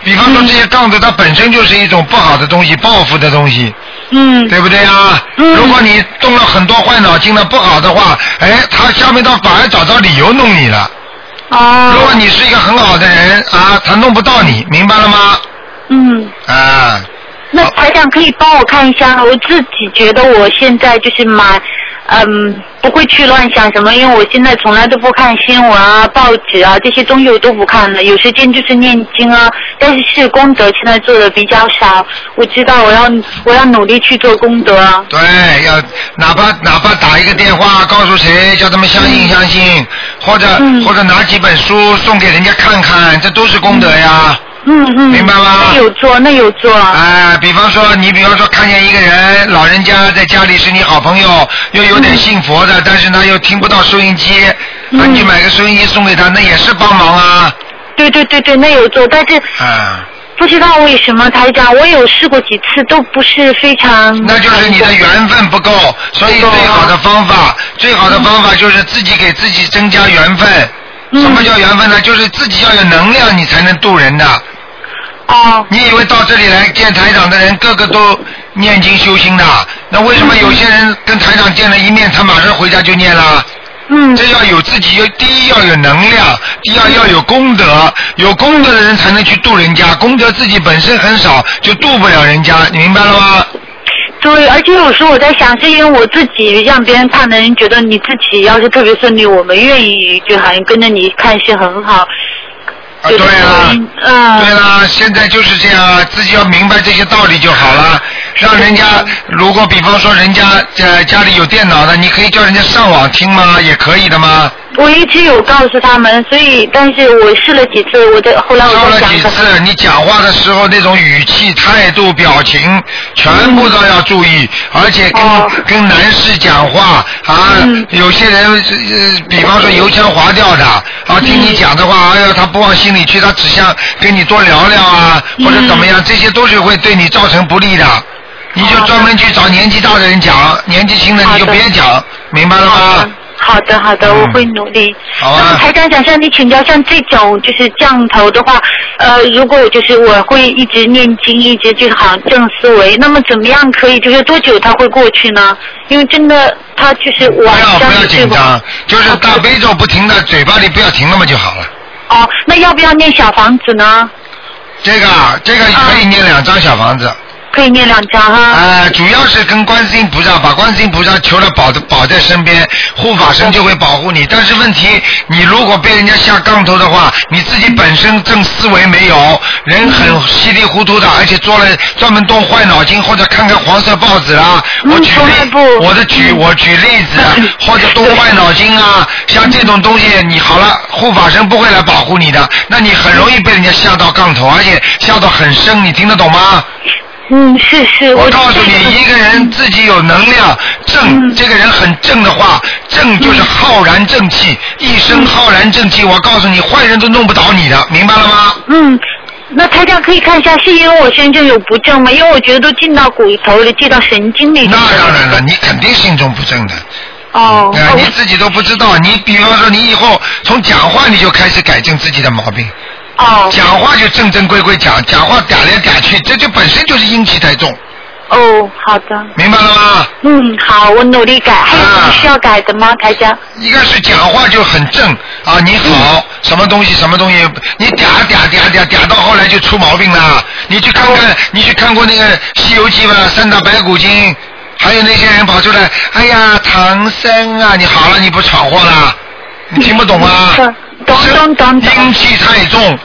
Speaker 1: 比方说这些杠头它本身就是一种不好的东西，报复的东西。
Speaker 7: 嗯
Speaker 1: 对不对啊？
Speaker 7: 嗯
Speaker 1: 如果你动了很多坏脑筋了，不好的话，哎，他下面他反而找到理由弄你了。如果
Speaker 7: 哦，
Speaker 1: 你是一个很好的人啊，他弄不到你，明白了吗？
Speaker 7: 嗯，
Speaker 1: 啊，
Speaker 7: 那台长可以帮我看一下吗？我自己觉得我现在就是蛮，嗯，不会去乱想什么，因为我现在从来都不看新闻啊、报纸啊这些东西我都不看了，有时间就是念经啊，但是是功德现在做的比较少，我知道我要我要努力去做功德啊。
Speaker 1: 对，要哪怕哪怕打一个电话告诉谁，叫他们相信相信，或者、
Speaker 7: 嗯
Speaker 1: 或者拿几本书送给人家看看，这都是功德呀。
Speaker 7: 嗯嗯，
Speaker 1: 明白吗
Speaker 7: 那有做，那有做。
Speaker 1: 哎，比方说，你比方说看见一个人，老人家在家里是你好朋友，又有点信佛
Speaker 7: 嗯
Speaker 1: 的，但是呢又听不到收音机，那你买个收音机送给他，那也是帮忙啊。
Speaker 7: 对对对对，那有做，但是
Speaker 1: 啊，
Speaker 7: 不知道为什么台长，我有试过几次，都不是非常。
Speaker 1: 那就是你的缘分不够，所
Speaker 7: 哦
Speaker 1: 以最好的方法，
Speaker 7: 嗯
Speaker 1: 最好的方法就是自己给自己增加缘分。
Speaker 7: 嗯
Speaker 1: 什么叫缘分呢？就是自己要有能量，你才能渡人的。
Speaker 7: 哦，
Speaker 1: 你以为到这里来见台长的人，个个都念经修心的？那为
Speaker 7: 嗯
Speaker 1: 什么有些人跟台长见了一面，他马上回家就念了？
Speaker 7: 嗯
Speaker 1: 这要有自己有第一要有能量，第二要有功德，有功德的人才能去度人家，功德自己本身很少，就度不了人家，你明白了吗？
Speaker 7: 对，而且有时候我在想，是因为我自己让别人看的人觉得你自己要是特别顺利，我们愿意就好像跟着你看是很好。
Speaker 1: 啊，对
Speaker 7: 觉得
Speaker 1: 啊。
Speaker 7: 嗯嗯，
Speaker 1: 对啦，现在就是这样啊，自己要明白这些道理就好了。让人家，如果比方说人家呃家里有电脑的，你可以叫人家上网听吗？也可以的吗？
Speaker 7: 我一直有告诉他们，所以但是我试了几次，我在后来我
Speaker 1: 说
Speaker 7: 在
Speaker 1: 了
Speaker 7: 想
Speaker 1: 几
Speaker 7: 可能，
Speaker 1: 次，你讲话的时候那种语气、态度、表情，全部都要注意，而且跟、
Speaker 7: 嗯哦
Speaker 1: 跟男士讲话啊，
Speaker 7: 嗯
Speaker 1: 有些人呃，比方说油腔滑调的啊，听
Speaker 7: 嗯
Speaker 1: 你讲的话，哎呦，他不往心里去，他只想跟你多聊聊啊，或者怎么
Speaker 7: 嗯
Speaker 1: 样，这些都是会对你造成不利的。你就
Speaker 7: 好的
Speaker 1: 专门去找年纪大的人讲，年纪轻的你就
Speaker 7: 好的
Speaker 1: 别讲，明白了吗？
Speaker 7: 好的好的，
Speaker 1: 嗯
Speaker 7: 我会努力。
Speaker 1: 好啊
Speaker 7: 那么台长想向你请教，像这种就是降头的话，呃，如果就是我会一直念经，一直就是好像正思维，那么怎么样可以就是多久它会过去呢？因为真的它就是
Speaker 1: 啊不
Speaker 7: 晚
Speaker 1: 要
Speaker 7: 上
Speaker 1: 不要
Speaker 7: 对
Speaker 1: 紧张
Speaker 7: 吧？，
Speaker 1: 就是大悲咒不停的，嘴巴里不要停那么就好了。
Speaker 7: 哦，那要不要念小房子呢？
Speaker 1: 这个啊，这个可以念两张小房子，
Speaker 7: 可以念两张啊哈。
Speaker 1: 呃，主要是跟观世音菩萨，把观世音菩萨求了保保在身边，护法神就会保护你。但是问题，你如果被人家下杠头的话，你自己本身正思维没有，人很稀里糊涂的，
Speaker 7: 嗯
Speaker 1: 而且做了专门动坏脑筋，或者看看黄色报纸啦。我
Speaker 7: 嗯
Speaker 1: 举
Speaker 7: 从来
Speaker 1: 例
Speaker 7: 不，
Speaker 1: 我的
Speaker 7: 嗯
Speaker 1: 举我举例子 啊，或者动坏脑筋啊，像这种东西，你好了，护法神不会来保护你的，那你很容易被人家下到杠头，而且下到很深，你听得懂吗？
Speaker 7: 嗯，是是，
Speaker 1: 我
Speaker 7: 我
Speaker 1: 告诉你，一个人自己有能量
Speaker 7: 嗯
Speaker 1: 正，这个人很正的话，正就是浩然正气，一
Speaker 7: 嗯
Speaker 1: 身浩然正气。我告诉你，坏人都弄不倒你的，明白了吗？
Speaker 7: 嗯，那台长可以看一下，是因为我身上有不正吗？因为我觉得都进到骨头里，进到神经里去
Speaker 1: 那当
Speaker 7: 了。
Speaker 1: 然了，你肯定心中不正的，
Speaker 7: 哦，
Speaker 1: 啊、
Speaker 7: 哦
Speaker 1: 你自己都不知道。你比方说，你以后从讲话你就开始改正自己的毛病，
Speaker 7: 哦
Speaker 1: 讲话就正正规规讲，讲话嗲来嗲去，这就本身就是阴气太重，
Speaker 7: 哦，好的，
Speaker 1: 明白了吗？
Speaker 7: 嗯，好，我努力改。还有什么需要改的吗，台长？
Speaker 1: 一个是讲话就很正啊，你
Speaker 7: 嗯
Speaker 1: 好，什么东西什么东西，你嗲嗲嗲嗲嗲到后来就出毛病了。你去看
Speaker 7: 哦
Speaker 1: 看，你去看过那个《西游记》吧，三打白骨精，还有那些人跑出来，哎呀，唐僧啊，你好了，你不闯祸了，你 听不懂啊？
Speaker 7: 嗯懂懂懂懂
Speaker 1: 阴气太重，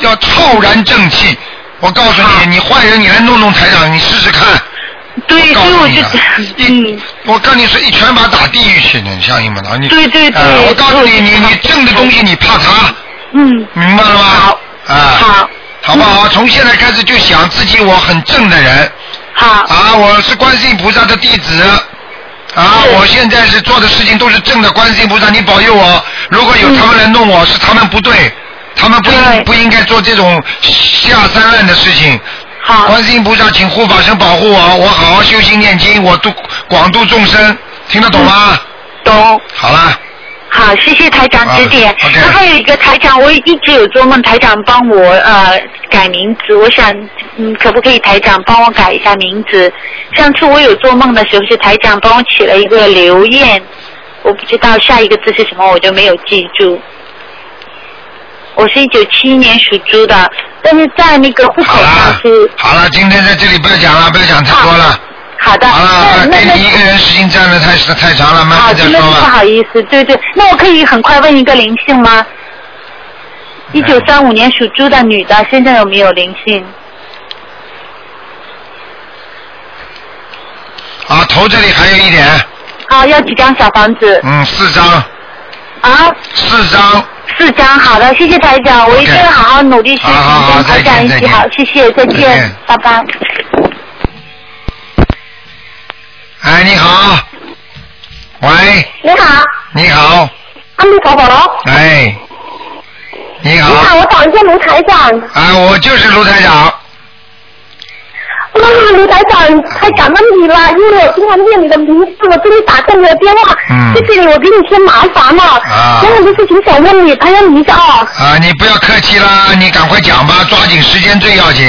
Speaker 1: 要浩然正气。我告诉
Speaker 7: 好
Speaker 1: 你，你坏人，你来弄弄台长，你试试看。
Speaker 7: 对，
Speaker 1: 告
Speaker 7: 所以
Speaker 1: 诉
Speaker 7: 我
Speaker 1: 你啊
Speaker 7: 就，
Speaker 1: 一
Speaker 7: 嗯，，
Speaker 1: 我跟你说，一拳把他打地狱去，你相信吗？老你
Speaker 7: 对对对
Speaker 1: 啊我告诉你，
Speaker 7: 对
Speaker 1: 你你正的东西你怕啥？
Speaker 7: 嗯，
Speaker 1: 明白了吗？
Speaker 7: 好，
Speaker 1: 啊，，
Speaker 7: 好，嗯
Speaker 1: 好不好？从现在开始就想自己我很正的人
Speaker 7: 好，
Speaker 1: 啊，我是观世音菩萨的弟子啊，
Speaker 7: 是
Speaker 1: 我现在是做的事情都是正的，观世音菩萨你保佑我。如果有他们来弄我，是他们不对，他们不
Speaker 7: 嗯对
Speaker 1: 应不应该做这种下三滥的事情。
Speaker 7: 好，
Speaker 1: 观世音菩萨，请护法神保护我，我好好修心念经，我度广度众生，听得懂吗？
Speaker 7: 嗯懂。
Speaker 1: 好了，
Speaker 7: 好，谢谢台长指点。
Speaker 1: 啊，OK
Speaker 7: 那还有一个台长，我一直有做梦，台长帮我呃改名字，我想，嗯，可不可以台长帮我改一下名字？上次我有做梦的时候是台长帮我起了一个刘燕，我不知道下一个字是什么，我就没有记住。我是一九七一年属猪的，但是在那个户口
Speaker 1: 好
Speaker 7: 上
Speaker 1: 了
Speaker 7: 是，
Speaker 1: 啊好了，今天在这里不要讲了，不要讲太多了。
Speaker 7: 好的。
Speaker 1: 好了，啊
Speaker 7: 那那
Speaker 1: 给
Speaker 7: 那
Speaker 1: 你一个人时间占的太太长了，慢
Speaker 7: 好，
Speaker 1: 慢再
Speaker 7: 啊真的是
Speaker 1: 说
Speaker 7: 不
Speaker 1: 吧。
Speaker 7: 好意思，对对。那我可以很快问一个灵性吗？
Speaker 1: 哎
Speaker 7: 一九三五年属猪的女的，身上有没有灵性？
Speaker 1: 啊，头这里还有一点，
Speaker 7: 啊，要几张小房子？
Speaker 1: 嗯，四张，
Speaker 7: 啊，
Speaker 1: 四张，
Speaker 7: 四张。好的，谢谢台长，我一定
Speaker 1: OK
Speaker 7: 会好好努力学习，
Speaker 1: 好好好
Speaker 7: 跟台长一
Speaker 1: 再
Speaker 7: 起
Speaker 1: 见
Speaker 7: 好，谢谢，再
Speaker 1: 再见
Speaker 7: 见，拜拜。
Speaker 1: 哎，你好，喂，
Speaker 7: 你好，
Speaker 1: 你好，
Speaker 7: 阿弥陀佛。
Speaker 1: 哎，你好，
Speaker 7: 我找一下卢台长。
Speaker 1: 啊，我就是卢台长，
Speaker 7: 哇，卢台长，太感恩你了，因为我经常念你的名字，我给你打过你的电话，
Speaker 1: 嗯
Speaker 7: 谢谢你，我给你添麻烦了。
Speaker 1: 啊
Speaker 7: 有很多事情想问你，台长你一下啊。
Speaker 1: 啊，你不要客气啦，你赶快讲吧，抓紧时间最要紧。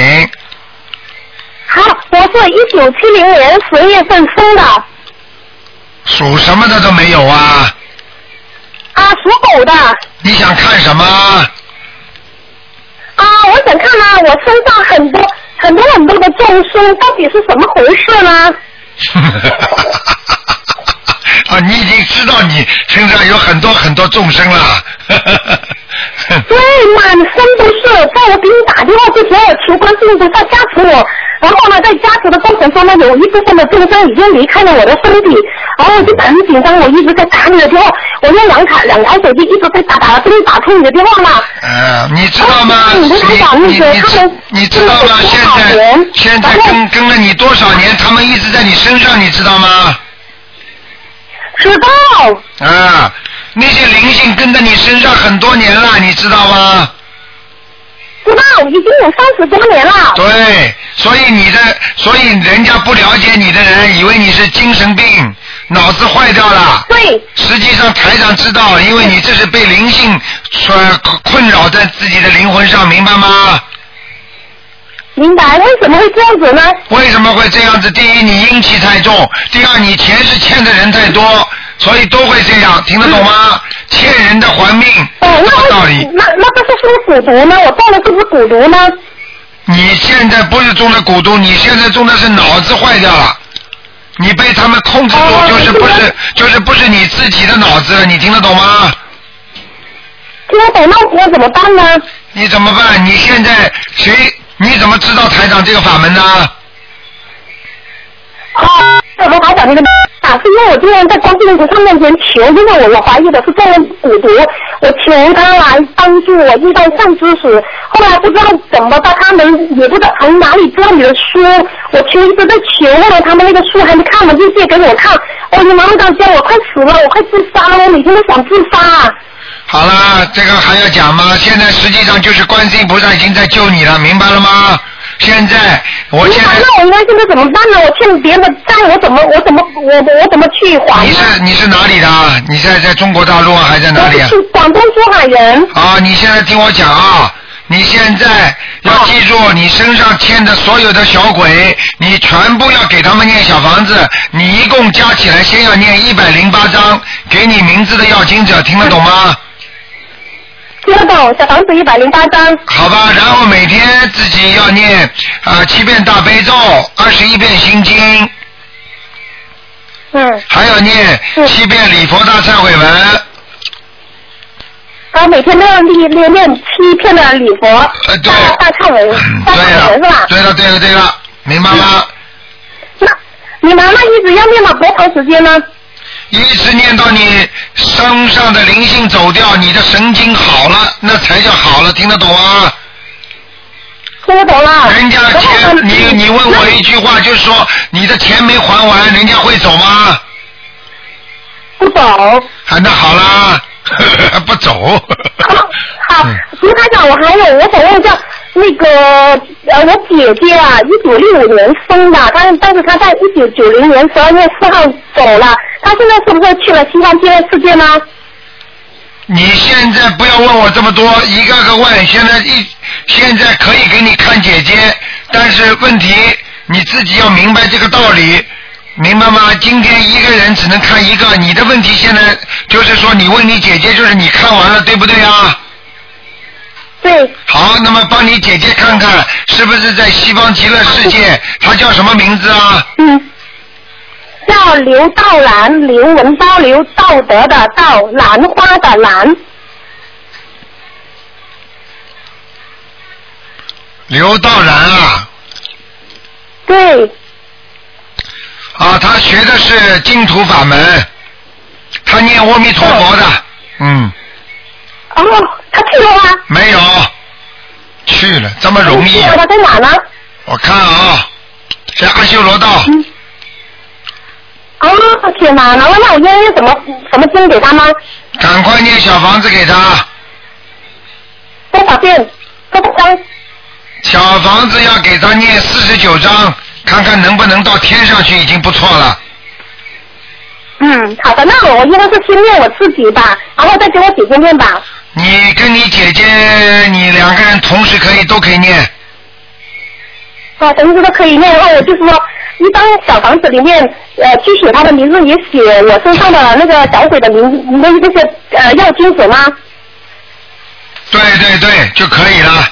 Speaker 7: 好，我是一九七零年十月份生的，啊，
Speaker 1: 属什么的都没有啊？
Speaker 7: 属狗的。啊，
Speaker 1: 你想看什么？
Speaker 7: 我想看啊，我身上很多很多很多的众生，到底是什么回事呢？
Speaker 1: 啊，你已经知道你身上有很多很多众生了。
Speaker 7: 对，满身都是。在我给你打电话之前，我求观世音菩萨加持我。然后呢，在加持的过程中呢，有一部分的众生已经离开了我的身体，然后我就很紧张，我一直在打你的电话，我用两台两台手机一直在打打，终于打通你的电话了。
Speaker 1: 呃，你知道吗？
Speaker 7: 哎
Speaker 1: 你
Speaker 7: 你
Speaker 1: 你
Speaker 7: 们台长
Speaker 1: 你
Speaker 7: 那个
Speaker 1: 你
Speaker 7: 他
Speaker 1: 知
Speaker 7: 们
Speaker 1: 你知道吗？
Speaker 7: 就是
Speaker 1: 现
Speaker 7: 多少
Speaker 1: 在
Speaker 7: 人
Speaker 1: 现在
Speaker 7: 然后
Speaker 1: 跟跟了你多少年，他们一直在你身上，你知道吗？
Speaker 7: 知道，
Speaker 1: 啊，那些灵性跟在你身上很多年了，你知道吗？
Speaker 7: 知道，已经有三十多年了。
Speaker 1: 对，所以你的，所以人家不了解你的人，以为你是精神病，脑子坏掉了。
Speaker 7: 对，
Speaker 1: 实际上台长知道，因为你这是被灵性所困扰在自己的灵魂上，明白吗？
Speaker 7: 明白。为什么会这样子呢？
Speaker 1: 为什么会这样子？第一，你阴气太重；第二，你前世欠的人太多，所以都会这样，听得懂吗？欠人的还命，
Speaker 7: 嗯哦，
Speaker 1: 这个
Speaker 7: 那
Speaker 1: 道理。
Speaker 7: 那那这是不是蛊毒呢？我中了是不是蛊毒呢？
Speaker 1: 你现在不是中的股东，你现在中的是脑子坏掉了。你被他们控制住，
Speaker 7: 哦
Speaker 1: 就是不
Speaker 7: 明
Speaker 1: 是
Speaker 7: 白
Speaker 1: 就是不是你自己的脑子了，你听得懂吗？
Speaker 7: 听得懂，那我怎么办呢？
Speaker 1: 你怎么办？你现在谁？你怎么知道台长这个法门呢？
Speaker 7: 哦，我还想那个
Speaker 4: 法，是因为我今年在观世音菩萨面前求，因为我我怀疑的是中文蛊毒，我求他来帮助我遇到善知识。后来不知道怎么的，他们也不知道从哪里知道你的书，我求一直在求，后来他们那个书还没看完就借给我看，我你妈妈当家，我快死了，我快自杀了，我每天都想自杀、啊。
Speaker 1: 好了，这个还要讲吗？现在实际上就是观世音菩萨已经在救你了，明白了吗？现在，我
Speaker 4: 你
Speaker 1: 现
Speaker 4: 想
Speaker 1: 在，
Speaker 4: 那我应该现在怎么办呢？我欠别人的债，我怎么我怎么我我怎么去还
Speaker 1: 你
Speaker 4: 呢？
Speaker 1: 是你是哪里的啊？你在在中国大陆啊，还在哪里啊
Speaker 4: 我？是广东珠海人。
Speaker 1: 啊，你现在听我讲啊，你现在要记住，你身上欠的所有的小鬼，你全部要给他们念小房子，你一共加起来先要念一百零八章，给你名字的要经者听得懂吗？
Speaker 4: 听得懂，小房子一百零八张，
Speaker 1: 好吧，然后每天自己要念啊、七遍大悲咒，二十一遍心经，
Speaker 4: 嗯，
Speaker 1: 还要念七遍礼佛大忏悔文。
Speaker 4: 然后每天都要练练练七片的礼佛，
Speaker 1: 呃对嗯
Speaker 4: 大大忏文，大
Speaker 1: 对
Speaker 4: 忏
Speaker 1: 了
Speaker 4: 文是吧，？
Speaker 1: 对了，对了，对了，明白吗？
Speaker 4: 那你妈妈一直要念到多长时间呢？
Speaker 1: 一直念到你身上的灵性走掉，你的神经好了，那才叫好了，听得懂吗？
Speaker 4: 听得懂啊了。
Speaker 1: 人家
Speaker 4: 然后呢
Speaker 1: 钱，你你问我一句话，就是说你的钱没还完，人家会走吗？
Speaker 4: 不懂。
Speaker 1: 啊，那好啦， 不走。
Speaker 4: 好，卢台长，我还有，我想问一下，那个呃，我姐姐啊，一九六五年生的，但是但是她在一九九零年十二月四号走了，她现在是不是去了西方极乐世界呢？
Speaker 1: 你现在不要问我这么多，一个个问。现在一现在可以给你看姐姐，但是问题你自己要明白这个道理，明白吗？今天一个人只能看一个，你的问题现在就是说你问你姐姐，就是你看完了，对不对啊？
Speaker 4: 对，
Speaker 1: 好，那么帮你姐姐看看是不是在西方极乐世界，她叫什么名字啊？
Speaker 4: 嗯，叫刘道兰，刘文刀，刘道德的道，兰花的兰，
Speaker 1: 刘道然啊，
Speaker 4: 对，
Speaker 1: 啊，她学的是净土法门，她念阿弥陀佛的，嗯。
Speaker 4: 哦，她去了吗？
Speaker 1: 没有，去了，这么容易、啊
Speaker 4: 她在哪呢？
Speaker 1: 我看啊，在阿修罗道，
Speaker 4: 嗯哦，天哪！然后那我应该怎么怎么经给她呢？
Speaker 1: 赶快念小房子给他，
Speaker 4: 多少遍？多少张？
Speaker 1: 小房子要给他念四十九章，看看能不能到天上去，已经不错了。
Speaker 4: 嗯，好的，那我应该是先念我自己吧，然后再给我姐姐念吧。
Speaker 1: 你跟你姐姐，你两个人同时可以都可以念，
Speaker 4: 啊，等于都可以念，然后我就是说，一张小房子里面，呃，去写他的名字，也写我身上的那个小鬼的名，那那些呃药精子吗？
Speaker 1: 对对对，就可以了。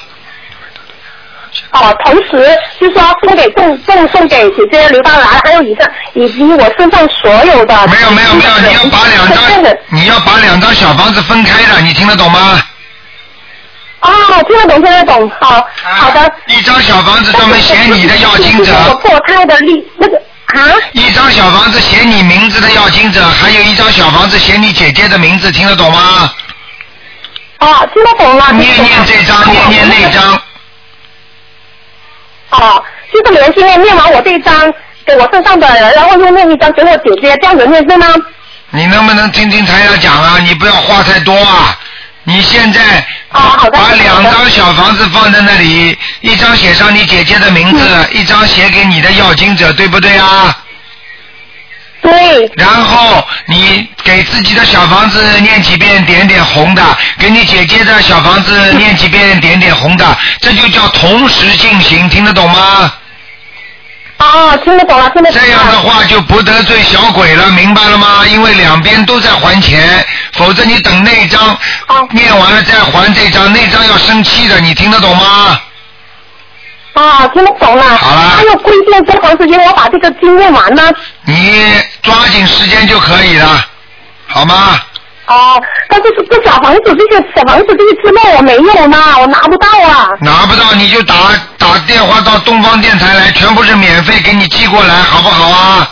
Speaker 4: 哦、同时就是说送给赠赠送给姐姐刘大兰，还有以上以及我身上所有的
Speaker 1: 没有没有没有，你要把两
Speaker 4: 这
Speaker 1: 张
Speaker 4: 个，
Speaker 1: 你要把两张小房子分开的，你听得懂吗？
Speaker 4: 哦，听得懂听得懂，好好的。
Speaker 1: 啊一张小房子专门写你的要经者。
Speaker 4: 我破胎的力那个啊。
Speaker 1: 一张小房子写你名字的要经者，还有一张小房子写你姐姐的名字，听得懂吗？
Speaker 4: 哦，听得懂了。
Speaker 1: 念念这张，念念那张，
Speaker 4: 哦，就是连续念念完我这一张给我身上的人，然后又念一张给我姐姐，这样子念对吗？
Speaker 1: 你能不能听听台长讲啊？你不要话太多啊！你现在
Speaker 4: 哦，好的。
Speaker 1: 把两
Speaker 4: 好的
Speaker 1: 张小房子放在那里，一张写上你姐姐的名
Speaker 4: 嗯
Speaker 1: 字，一张写给你的要经者，对不对啊？
Speaker 4: 对，
Speaker 1: 然后你给自己的小房子念几遍点点红的，给你姐姐的小房子念几遍点点红的，这就叫同时进行，听得懂吗？
Speaker 4: 哦，听得懂了，听得懂
Speaker 1: 这
Speaker 4: 了。
Speaker 1: 样的话就不得罪小鬼了，明白了吗？因为两边都在还钱，否则你等那一张
Speaker 4: 哦
Speaker 1: 念完了再还这张，那张要生气的，你听得懂吗？
Speaker 4: 哦，听得懂了。
Speaker 1: 好了
Speaker 4: 还有规定多长时间我把这个经念完呢？
Speaker 1: 你抓紧时间就可以了，好吗？
Speaker 4: 哦，但是这小房子这些小房子这些资料我没有呢，我拿不到啊。
Speaker 1: 拿不到你就打打电话到东方电台来，全部是免费给你寄过来，好不好啊？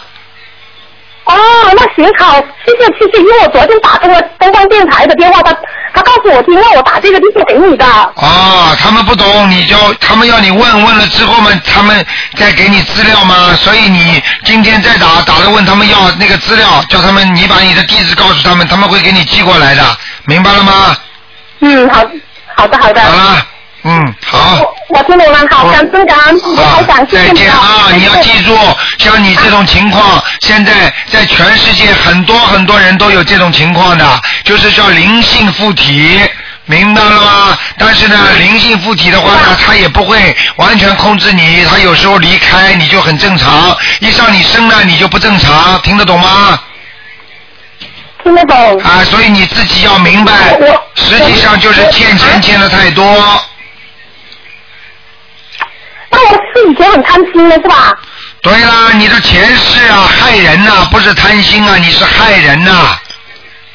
Speaker 4: 哦，那行好，谢谢谢谢，因为我昨天打这个东方电台的电话，他他告诉我听让我打这个地址给你的。
Speaker 1: 哦，他们不懂，你就他们要你问问了之后嘛，他们再给你资料嘛，所以你今天再打打了问他们要那个资料，叫他们你把你的地址告诉他们，他们会给你寄过来的，明白了吗？
Speaker 4: 嗯，好，好的好的。
Speaker 1: 好了，嗯，好。
Speaker 4: 我我听懂了，好，感恩感恩，我
Speaker 1: 好
Speaker 4: 还想，谢
Speaker 1: 再
Speaker 4: 谢啊
Speaker 1: 见啊！
Speaker 4: 再
Speaker 1: 你要
Speaker 4: 见
Speaker 1: 记住，像你这种情况，现在在全世界很多很多人都有这种情况的，就是叫灵性附体。明白了吗？但是呢，
Speaker 4: 嗯
Speaker 1: 灵性附体的话呢，它也不会完全控制你，它有时候离开你就很正常，一上你身呢你就不正常，听得懂吗？
Speaker 4: 听得懂。
Speaker 1: 啊，所以你自己要明白
Speaker 4: 我我，
Speaker 1: 实际上就是欠钱欠的太多。
Speaker 4: 那我是以前很贪心的是吧？
Speaker 1: 对啦，你的前世啊，害人呐、不是贪心啊，你是害人呐、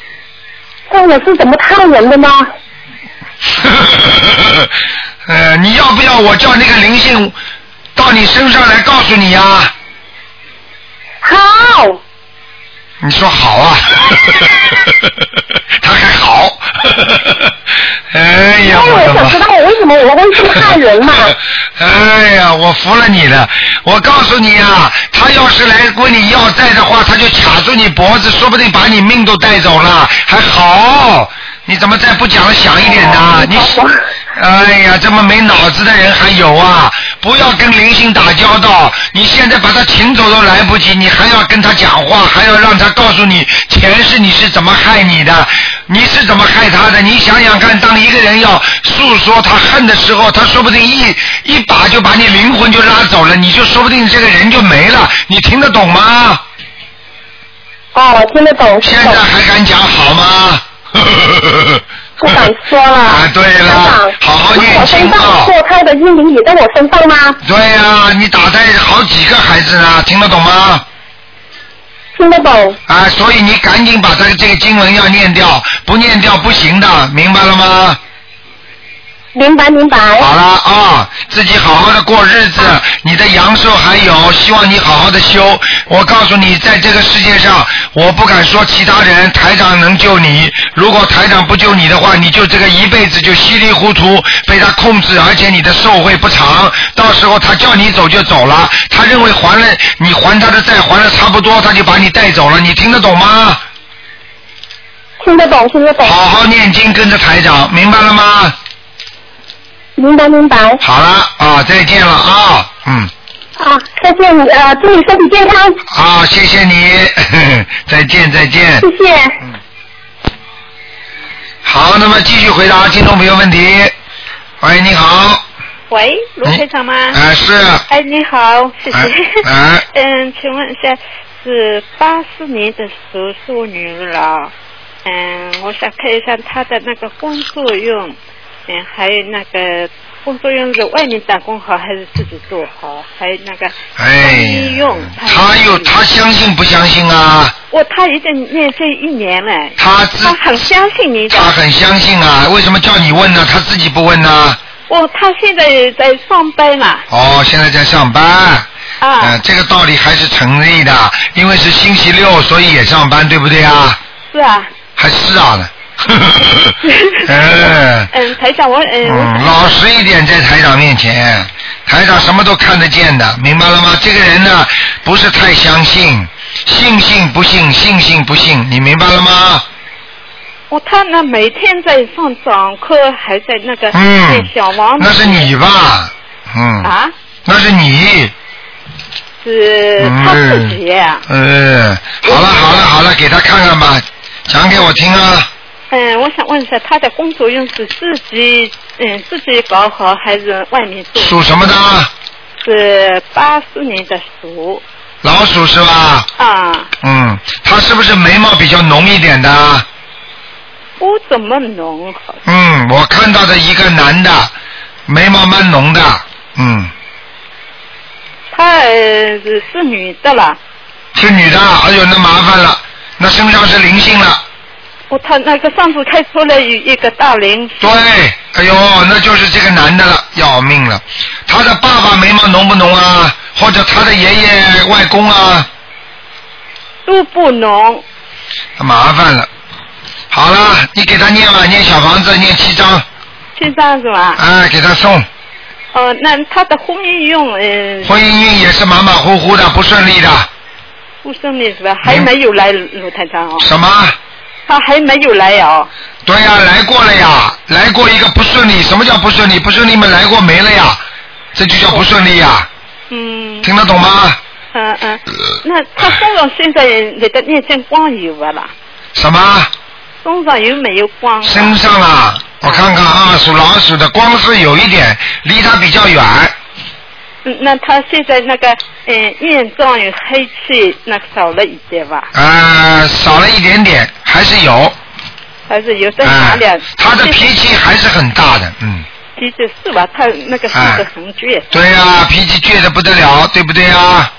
Speaker 4: 那我是怎么看人的呢？
Speaker 1: 呃，你要不要我叫那个灵性到你身上来告诉你呀、
Speaker 4: 好，
Speaker 1: 你说好 啊？他还好。哎呀，
Speaker 4: 那
Speaker 1: 我
Speaker 4: 我
Speaker 1: 的妈
Speaker 4: 想知！道我为什么我会这么害人嘛？
Speaker 1: 哎呀，我服了你了！我告诉你啊，他要是来问你要债的话，他就卡住你脖子，说不定把你命都带走了。还好，你怎么再不讲想一点呢？你，哎呀，这么没脑子的人还有啊！不要跟灵性打交道，你现在把他请走都来不及，你还要跟他讲话，还要让他告诉你前世你是怎么害你的，你是怎么害他的？你想想看，当一个人要诉说他恨的时候，他说不定一一把就把你灵魂就拉走了，你就说不定这个人就没了。你听得懂吗？
Speaker 4: 哦，听得懂，听
Speaker 1: 现
Speaker 4: 得
Speaker 1: 在
Speaker 4: 懂。
Speaker 1: 还敢讲好吗？
Speaker 4: 不敢说了。
Speaker 1: 啊，对了
Speaker 4: 了，，
Speaker 1: 好好念
Speaker 4: 我
Speaker 1: 经
Speaker 4: 身
Speaker 1: 啊
Speaker 4: 上。堕胎的阴灵也在我身上吗？
Speaker 1: 对呀、你打胎好几个孩子呢，听得懂吗？
Speaker 4: 听得懂。
Speaker 1: 啊，所以你赶紧把这个这个经文要念掉，不念掉不行的，明白了吗？
Speaker 4: 明白明白，
Speaker 1: 好了啊，自己好好的过日子，你的阳寿还有，希望你好好的修。我告诉你，在这个世界上，我不敢说其他人，台长能救你。如果台长不救你的话，你就这个一辈子就稀里糊涂被他控制，而且你的寿会不长。到时候他叫你走就走了，他认为还了你还他的债还了差不多，他就把你带走了。你听得懂吗？
Speaker 4: 听得懂听得懂，
Speaker 1: 好好念经，跟着台长，明白了吗？
Speaker 4: 明白明白
Speaker 1: 好了啊，再见了啊，嗯，
Speaker 4: 啊！再见你呃，祝你身体健康，
Speaker 1: 啊，谢谢你， 再见再见
Speaker 4: 谢。谢。
Speaker 1: 好，那么继续回答听众朋友问题。喂，你好，
Speaker 8: 喂，卢
Speaker 1: 哎
Speaker 8: 台长吗？
Speaker 1: 哎、是，哎、
Speaker 8: 哎，你好，谢谢。
Speaker 1: 哎
Speaker 8: 嗯，请问一下，是八四年的属鼠女了。嗯，我想看一下她的那个工作用，嗯，还有那个工作用是外面打工好还是自己做好？还有那个医
Speaker 1: 哎
Speaker 8: 用，，
Speaker 1: 他有他相信不相信啊？
Speaker 8: 我他已经念这一年了，
Speaker 1: 他自
Speaker 8: 他很相信你的
Speaker 1: 他。很相信啊，为什么叫你问呢？他自己不问呢？
Speaker 8: 我他哦现在也在上班嘛，
Speaker 1: 哦，现在在上班。
Speaker 8: 啊，
Speaker 1: 呃，这个道理还是成立的，因为是星期六，所以也上班，对不对啊？
Speaker 8: 是啊。
Speaker 1: 还是啊 呢。 嗯，
Speaker 8: 嗯，台长，我嗯，我
Speaker 1: 嗯，老实一点，在台长面前，台长什么都看得见的，明白了吗？这个人呢，不是太相信，信信不信，信信不信，你明白了吗？
Speaker 8: 我看呢，每天在上早课，还在那个
Speaker 1: 嗯
Speaker 8: 念小王，
Speaker 1: 那是你吧？嗯，
Speaker 8: 啊，
Speaker 1: 那是你。
Speaker 8: 是他自己啊。
Speaker 1: 嗯，好了好了好了，给他看看吧，讲给我听啊。
Speaker 8: 嗯，我想问一下，他的工作用是自己嗯自己搞好，还是外面做？
Speaker 1: 属什么的？
Speaker 8: 是八四年的鼠
Speaker 1: 老鼠是吧？
Speaker 8: 啊，
Speaker 1: 嗯，他是不是眉毛比较浓一点的啊？
Speaker 8: 不怎么浓，好
Speaker 1: 嗯，我看到的一个男的，眉毛蛮浓的，嗯，
Speaker 8: 他呃是是女的啦。
Speaker 1: 是女的，哎呦，那麻烦了，那身上是灵性了，
Speaker 8: 我他那个上次开出来有一个大龄，
Speaker 1: 对，哎呦，那就是这个男的了，要命了，他的爸爸眉毛浓不浓啊？或者他的爷爷、外公啊？
Speaker 8: 都不浓。
Speaker 1: 那麻烦了。好了，你给他念吧，念小房子，念七张，
Speaker 8: 是这样子吧？
Speaker 1: 哎，给他送。
Speaker 8: 哦，那他的婚姻用嗯、
Speaker 1: 婚姻也是马马虎虎的，不顺利的。
Speaker 8: 不顺利是吧？还没有来卢台长哦，
Speaker 1: 嗯什么？
Speaker 8: 他还没有来哦。
Speaker 1: 对呀、来过了呀，来过一个不顺利。什么叫不顺利？不顺利嘛，来过没了呀，这就叫不顺利呀。
Speaker 8: 嗯
Speaker 1: 听得懂吗？呃
Speaker 8: 嗯嗯，那他身上现在给他念见光有不啦？
Speaker 1: 什么？
Speaker 8: 身上有没有光？
Speaker 1: 身上啊，我看看啊，属老鼠的光是有一点，离他比较远。
Speaker 8: 嗯，那他现在那个嗯，艳状与黑气那少了一些吧？
Speaker 1: 呃，少了一点点，还是有。
Speaker 8: 还是有在哪
Speaker 1: 哎
Speaker 8: 里啊？
Speaker 1: 他的脾气还是很大的，嗯，
Speaker 8: 脾气是吧？他那个性格很倔，
Speaker 1: 哎对呀、脾气倔得不得了，对不对呀、啊？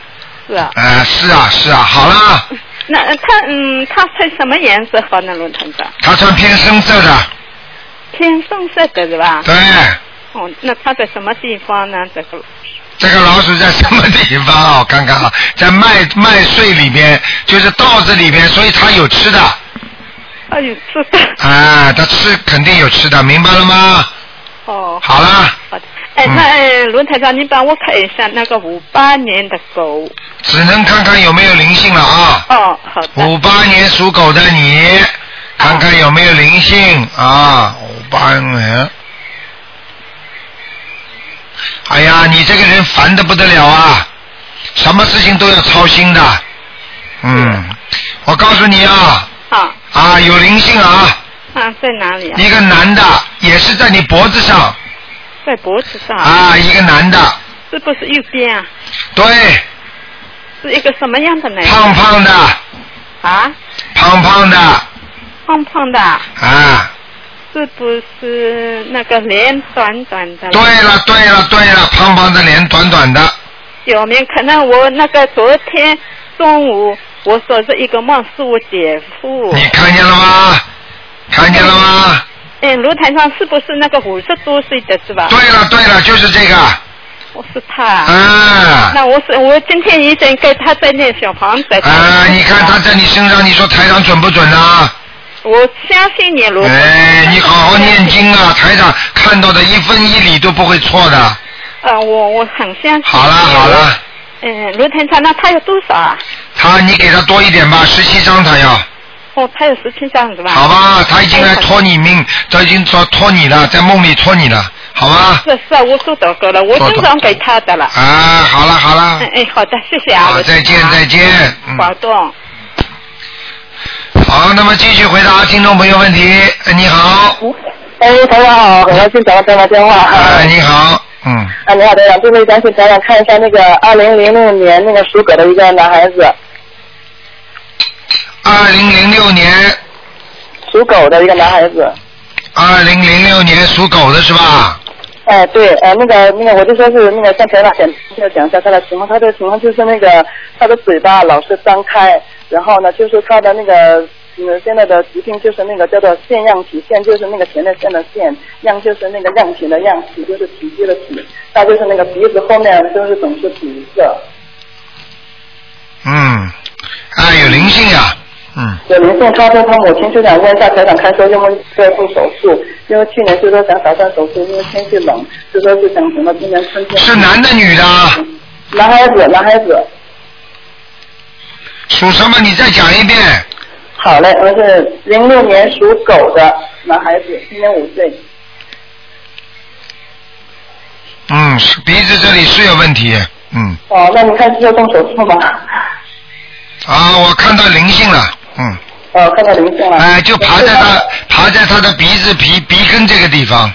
Speaker 8: 是啊。
Speaker 1: 呃，是啊，是啊，好啦，
Speaker 8: 那呃他嗯，他穿什么颜色好呢？龙团长，
Speaker 1: 他穿偏深色的，
Speaker 8: 偏深色的是吧？
Speaker 1: 对，
Speaker 8: 哦，那他在什么地方呢？这
Speaker 1: 嗯
Speaker 8: 个
Speaker 1: 这个老鼠在什么地方 啊？我看看啊，在麦麦穗里边，就是稻子里边，所以它有吃的，
Speaker 8: 哎呦，这个
Speaker 1: 啊，它吃肯定有吃的，明白了吗？
Speaker 8: 哦，
Speaker 1: 好啦，
Speaker 8: 哎，
Speaker 1: 嗯
Speaker 8: 那哎龙台长，你帮我看一下那个五八年的狗。
Speaker 1: 只能看看有没有灵性了啊。
Speaker 8: 哦，好的。
Speaker 1: 五八年属狗的你，看看有没有灵性啊？五八年。哎呀，你这个人烦的不得了啊！什么事情都要操心的。嗯，我告诉你啊，
Speaker 8: 啊
Speaker 1: 啊，有灵性啊，
Speaker 8: 啊，在哪里啊？
Speaker 1: 一个男的，也是在你脖子上
Speaker 8: 在脖子上。
Speaker 1: 啊，一个男的，
Speaker 8: 是不是右边啊？
Speaker 1: 对，
Speaker 8: 是一个什么样的男人？
Speaker 1: 胖胖的，
Speaker 8: 啊，
Speaker 1: 胖胖的
Speaker 8: 胖胖的啊，
Speaker 1: 啊。
Speaker 8: 是不是那个脸短短的？
Speaker 1: 对了，对了，对了，胖胖的脸，短短的，
Speaker 8: 有没有可能我那个昨天中午我说是一个梦，是我姐夫。
Speaker 1: 你看见了吗？看见了吗？
Speaker 8: 哎，卢台上是不是那个五十多岁的是吧？
Speaker 1: 对了，对了，就是这个，
Speaker 8: 我是他。
Speaker 1: 啊
Speaker 8: 那我是我今天已经给他在那小房子。
Speaker 1: 啊！你看他在你身上，你说台长准不准啊？
Speaker 8: 我相信你，卢台长。
Speaker 1: 哎，你好好念经啊，台长看到的一分一厘都不会错的。
Speaker 8: 呃，我我很相信。
Speaker 1: 好了好。了，
Speaker 8: 嗯，卢台长，那他有多少啊？
Speaker 1: 他你给他多一点吧，十七张他要，
Speaker 8: 哦，他有十七张是吧？哎
Speaker 1: 好吧？他已经来拖你命，他已经说拖你了，在梦里拖你了，好吧？
Speaker 8: 是是啊，我收到过了，我经常给他的了。
Speaker 1: 啊，好了好了
Speaker 8: 哎，哎，好的，谢谢啊。
Speaker 1: 好
Speaker 8: 卢台
Speaker 1: 再见
Speaker 8: 长
Speaker 1: 再见嗯
Speaker 8: 保重。
Speaker 1: 好，那么继续回答听众朋友问题。哎你好，
Speaker 9: 哎，台长好，很高兴打到台长电话。
Speaker 1: 哎，你好，嗯，
Speaker 9: 啊，你好，台长，就是想请台长看一下那个二零零六年那个属狗的一个男孩子，
Speaker 1: 二零零六年，
Speaker 9: 属狗的一个男孩子。
Speaker 1: 二零零六年属狗的是吧？
Speaker 9: 哎，对，呃，那个那个，我就说是那个向台长讲，就是讲一下他的情况。他的情况就是那个他的嘴巴老是张开，然后呢，就是他的那个嗯现在的疾病就是那个叫做腺样体，腺就是那个前列腺的腺，样就是那个样品的样，体就是体积的体，那就是那个鼻子后面就是总是堵塞。
Speaker 1: 嗯，哎，有灵性呀、嗯，
Speaker 9: 有灵性超生，他母亲就想问一下台长看说用不用做手术，因为去年就说想打算手术，因为天气冷，就说是想什么今年春天。
Speaker 1: 是男的女的啊？
Speaker 9: 男孩子，男孩子，
Speaker 1: 属什么？你再讲一遍。
Speaker 9: 好嘞，我是零六年属狗的男孩子，今年五岁。
Speaker 1: 嗯，是鼻子这里是有问题，嗯，
Speaker 9: 哦，那你看是要动手术吗？
Speaker 1: 啊，我看到灵性了，嗯，
Speaker 9: 哦，看到灵性了。
Speaker 1: 哎，就爬在他爬在他的鼻子皮鼻根这个地方，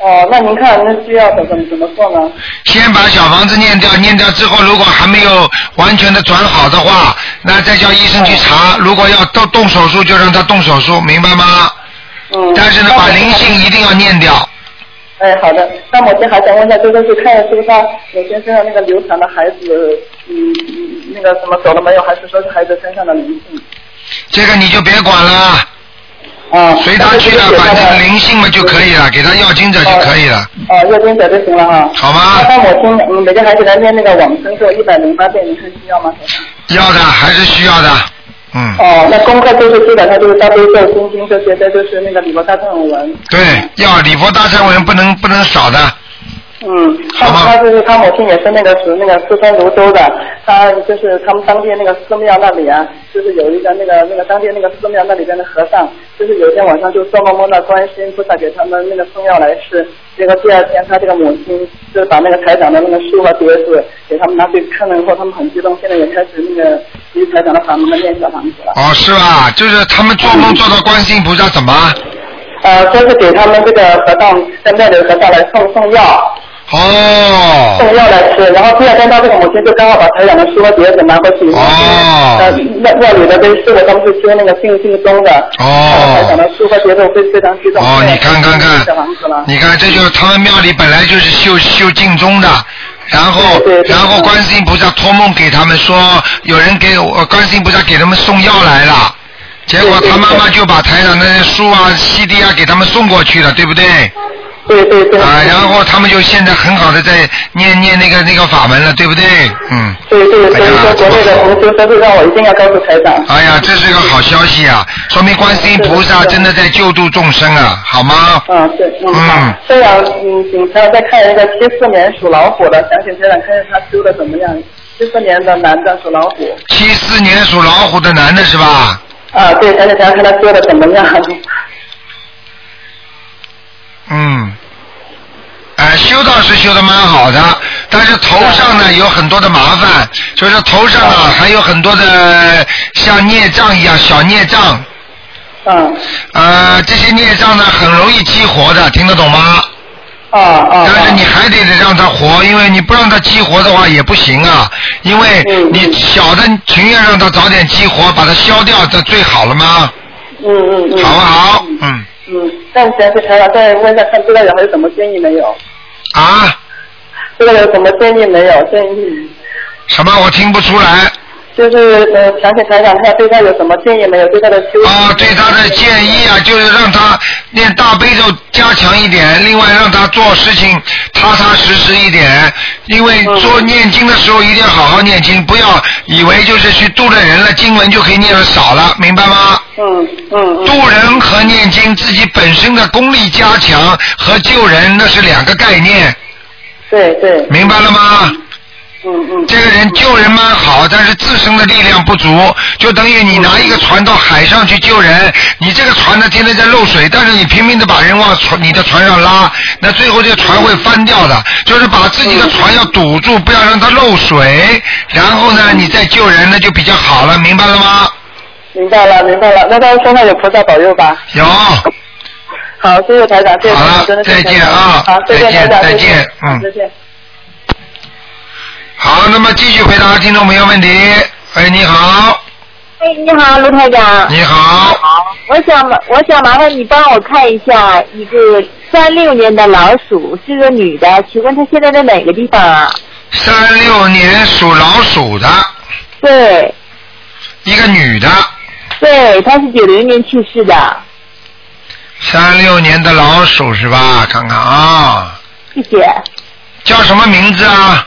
Speaker 9: 哦，那您看那需要怎么怎么做呢？
Speaker 1: 先把小房子念掉，念掉之后，如果还没有完全的转好的话，那再叫医生去
Speaker 9: 哦
Speaker 1: 查。如果要动动手术，就让他动手术，明白吗？
Speaker 9: 嗯。
Speaker 1: 但是呢，把灵性一定要念掉。
Speaker 9: 哎，好的。那母亲还想问一下，就说是看是不是他母亲身上那个流产的孩子，嗯，嗯那个什么走了没有？还是说是孩子身上的灵性？
Speaker 1: 这个你就别管了，
Speaker 9: 啊，
Speaker 1: 随他去了，反正灵性嘛就可以了，给他要经者就可以了，
Speaker 9: 哦，月经者就行了哈。
Speaker 1: 好吗
Speaker 9: 那母亲，嗯每个孩子来念那个往生咒一百零八遍，你看需要吗？
Speaker 1: 要的还是需要的。嗯，
Speaker 9: 哦，那功课就是基本上就是大悲咒、心经这些，再就是那个礼佛大忏文。
Speaker 1: 对，要礼佛大忏文不能不能少的，
Speaker 9: 嗯，他他就是他母亲也是那个属那个四川泸州的，他就是他们当地那个寺庙那里啊，就是有一个那个那个当地那个寺庙那里边的和尚，就是有一天晚上就做梦梦到观世音菩萨给他们那个送药来吃，结果第二天他这个母亲就是把那个台长的那个书和碟子给他们拿去看了以后，他们很激动，现在也开始那个离台长的法门的念小房子了。
Speaker 1: 哦，是吧？就是他们做梦做到观世音菩萨怎么？
Speaker 9: 呃，说是给他们这个和尚在庙里的和尚来送送药，
Speaker 1: 哦，
Speaker 9: 送药来吃，然后第二天他这个母亲就刚好把台长的书和碟子拿回去，
Speaker 1: 哦
Speaker 9: 呃，那那里的跟师傅他们是修那个净净宗的，
Speaker 1: 哦
Speaker 9: 台长的书和碟子我非非常激动，
Speaker 1: 哦，你看看看
Speaker 9: 小房子了，，
Speaker 1: 你看这就是他们庙里本来就是修修净宗的，然后
Speaker 9: 对对对
Speaker 1: 然后观世音菩萨托梦给他们说，有人给我观世音菩萨给他们送药来了，结果
Speaker 9: 对对
Speaker 1: 他妈妈
Speaker 9: 对
Speaker 1: 就把台长那些书啊、CD 啊给他们送过去了，对不对？
Speaker 9: 对对对，
Speaker 1: 啊，然后他们就现在很好的在念念那个那个法门了，对不对？嗯。
Speaker 9: 对对，所以说国内的同学都是让我一定要告诉台长，
Speaker 1: 哎呀，这是个好消息啊，说明观世音菩萨真的在救助众生啊，好吗？
Speaker 9: 嗯，对，
Speaker 1: 嗯
Speaker 9: 嗯，这样，嗯，请台长再看一个七四年属老虎的，想请台长看看他修的怎么样，七四年的男的属老虎，
Speaker 1: 七四年属老虎的男的是吧？
Speaker 9: 啊，对，想请台长看他修的怎么样，
Speaker 1: 嗯。哎，修道是修的蛮好的，但是头上呢有很多的麻烦，就是头上啊还有很多的像孽障一样小孽障，
Speaker 9: 嗯，
Speaker 1: 呃，这些孽障呢很容易激活的，听得懂吗？
Speaker 9: 啊啊，
Speaker 1: 但是你还得得让他活，因为你不让他激活的话也不行啊，因为
Speaker 9: 嗯
Speaker 1: 你小的情愿让他早点激活，把它消掉，这最好了吗？
Speaker 9: 嗯嗯嗯，
Speaker 1: 好不好？嗯
Speaker 9: 嗯，但是是台长再问一下，看这个人还有什么建议没有？
Speaker 1: 啊，
Speaker 9: 这个有什么建议没有？建议
Speaker 1: 什么？我听不出来
Speaker 9: 就是呃，想请台长看对他有什么建议没有？对他的修
Speaker 1: 啊。对他的建议啊，就是让他念大悲咒加强一点，另外让他做事情踏踏实实一点，因为做念经的时候一定要好好念经，不要以为就是去度了人了，经文就可以念的少了，明白吗？
Speaker 9: 嗯嗯嗯
Speaker 1: 渡人和念经自己本身的功力加强和救人那是两个概念，
Speaker 9: 对对，
Speaker 1: 明白了吗？
Speaker 9: 嗯嗯
Speaker 1: 这个人救人蛮好，但是自身的力量不足，就等于
Speaker 9: 嗯
Speaker 1: 你拿一个船到海上去救人，你这个船呢天天在漏水，但是你拼命的把人往船你的船上拉，那最后这个船会翻掉的，就是把自己的船要堵住，不要让它漏水，然后呢
Speaker 9: 嗯
Speaker 1: 你再救人那就比较好了，明白了吗？
Speaker 9: 明白了明白了，那他身上有菩萨保佑吧？
Speaker 1: 有，好
Speaker 9: 好，谢谢台长，谢谢台长，真
Speaker 1: 了，
Speaker 9: 的谢
Speaker 1: 哦再
Speaker 9: 谢台
Speaker 1: 见
Speaker 9: 长
Speaker 1: 啊
Speaker 9: 好，，谢
Speaker 1: 再
Speaker 9: 谢台
Speaker 1: 见，再
Speaker 9: 长，谢谢
Speaker 1: 见，嗯。
Speaker 9: 再见。
Speaker 1: 好，那么继续回答听众朋友问题。哎，你好，
Speaker 10: 哎，你好，卢台长。
Speaker 1: 你好，
Speaker 10: 我想麻，我想麻烦你帮我看一下一个三六年的老鼠，是个女的，请问她现在在哪个地方啊？
Speaker 1: 三六年属老鼠的
Speaker 10: 对，
Speaker 1: 一个女的，
Speaker 10: 对，她是九零年去世的，
Speaker 1: 三六年的老鼠是吧？看看啊，
Speaker 10: 谢谢。
Speaker 1: 叫什么名字啊？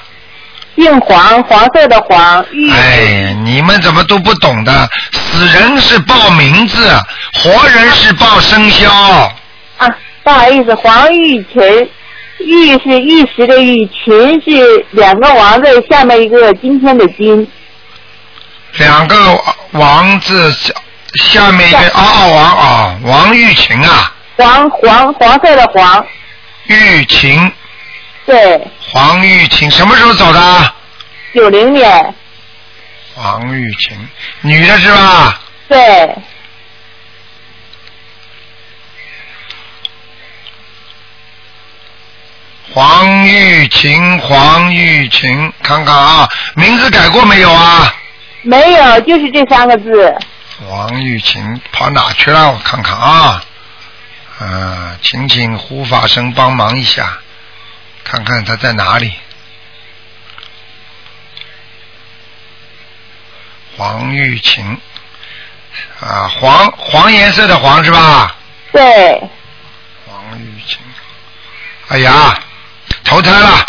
Speaker 10: 姓黄，黄色的黄，玉。
Speaker 1: 哎呀，你们怎么都不懂的？死人是报名字，活人是报生肖。
Speaker 10: 啊，不好意思，黄玉琴，玉是玉石的玉，琴是两个王字下面一个今天的金。
Speaker 1: 两个王字下下面一个哦哦王哦，王玉琴啊，
Speaker 10: 黄黄黄色的黄，
Speaker 1: 玉琴，
Speaker 10: 对，
Speaker 1: 黄玉琴什么时候走的啊？
Speaker 10: 九零年，
Speaker 1: 黄玉琴，女的是吧？
Speaker 10: 对，
Speaker 1: 黄玉琴，黄玉琴，看看啊，名字改过没有啊？
Speaker 10: 没有，就是这三个字。
Speaker 1: 黄玉琴跑哪去了？我看看啊，啊，请请护法神帮忙一下，看看她在哪里。黄玉琴，啊，黄黄颜色的黄是吧？
Speaker 10: 对，
Speaker 1: 黄玉琴，哎呀，投胎了。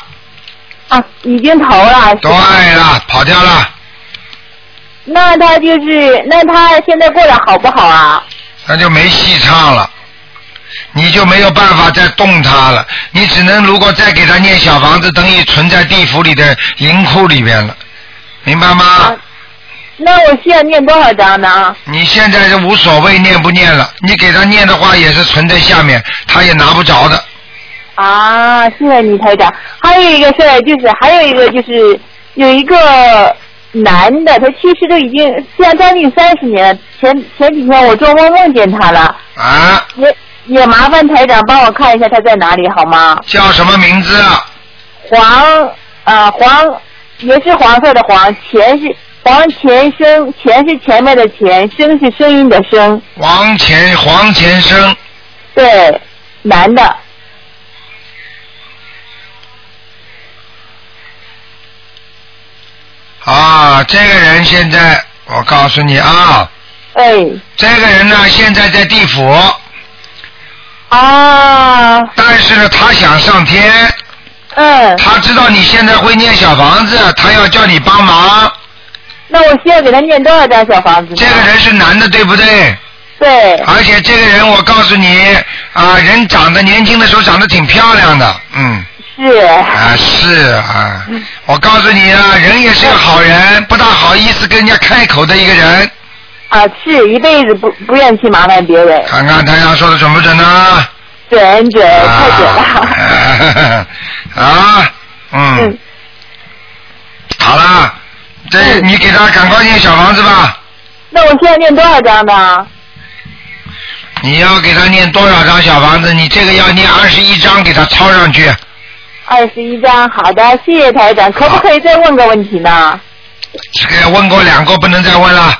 Speaker 10: 啊，已经投了。
Speaker 1: 哎对了，跑掉了。
Speaker 10: 那他就是，那他现在过得好不好啊？
Speaker 1: 那就没戏唱了，你就没有办法再动它了，你只能如果再给它念小房子，等于存在地府里的银库里边了，明白吗？
Speaker 10: 那我需要念多少章呢？
Speaker 1: 你现在就无所谓念不念了，你给它念的话也是存在下面，它也拿不着的。
Speaker 10: 啊，谢谢你台长。还有一个事儿就是，还有一个就是有一个男的，他去世都已经将将近三十年了。前前几天我做梦梦见他了，
Speaker 1: 啊，
Speaker 10: 也也麻烦台长帮我看一下他在哪里好吗？
Speaker 1: 叫什么名字啊？
Speaker 10: 黄啊黄，也是黄色的黄，钱是黄钱生，钱是前面的钱，声是声音的声，
Speaker 1: 王前黄前生，
Speaker 10: 对，男的。
Speaker 1: 啊，这个人现在我告诉你啊，
Speaker 10: 哎，
Speaker 1: 这个人呢现在在地府，
Speaker 10: 啊，
Speaker 1: 但是呢他想上天，
Speaker 10: 嗯，
Speaker 1: 他知道你现在会念小房子，他要叫你帮忙。
Speaker 10: 那我需要给他念多少张小房子呢？
Speaker 1: 这个人是男的，对不对？
Speaker 10: 对，
Speaker 1: 而且这个人我告诉你啊，人长得年轻的时候长得挺漂亮的，嗯，
Speaker 10: 是，嗯
Speaker 1: 啊是啊，我告诉你啊，人也是个好人，不大好意思跟人家开口的一个人，
Speaker 10: 啊是一辈子不不愿去麻烦别人，
Speaker 1: 看看台上说的准不准呢、
Speaker 10: 准准太准了。
Speaker 1: 啊，啊，嗯，
Speaker 10: 嗯
Speaker 1: 好啦，这你给他赶快念小房子吧，
Speaker 10: 那我需要念多少张呢？
Speaker 1: 你要给他念多少张小房子？你这个要念二十一张，给他抄上去。
Speaker 10: 二十一张，好的，谢谢台长。可不可以再问个问题呢？
Speaker 1: 这个问过两个，不能再问了。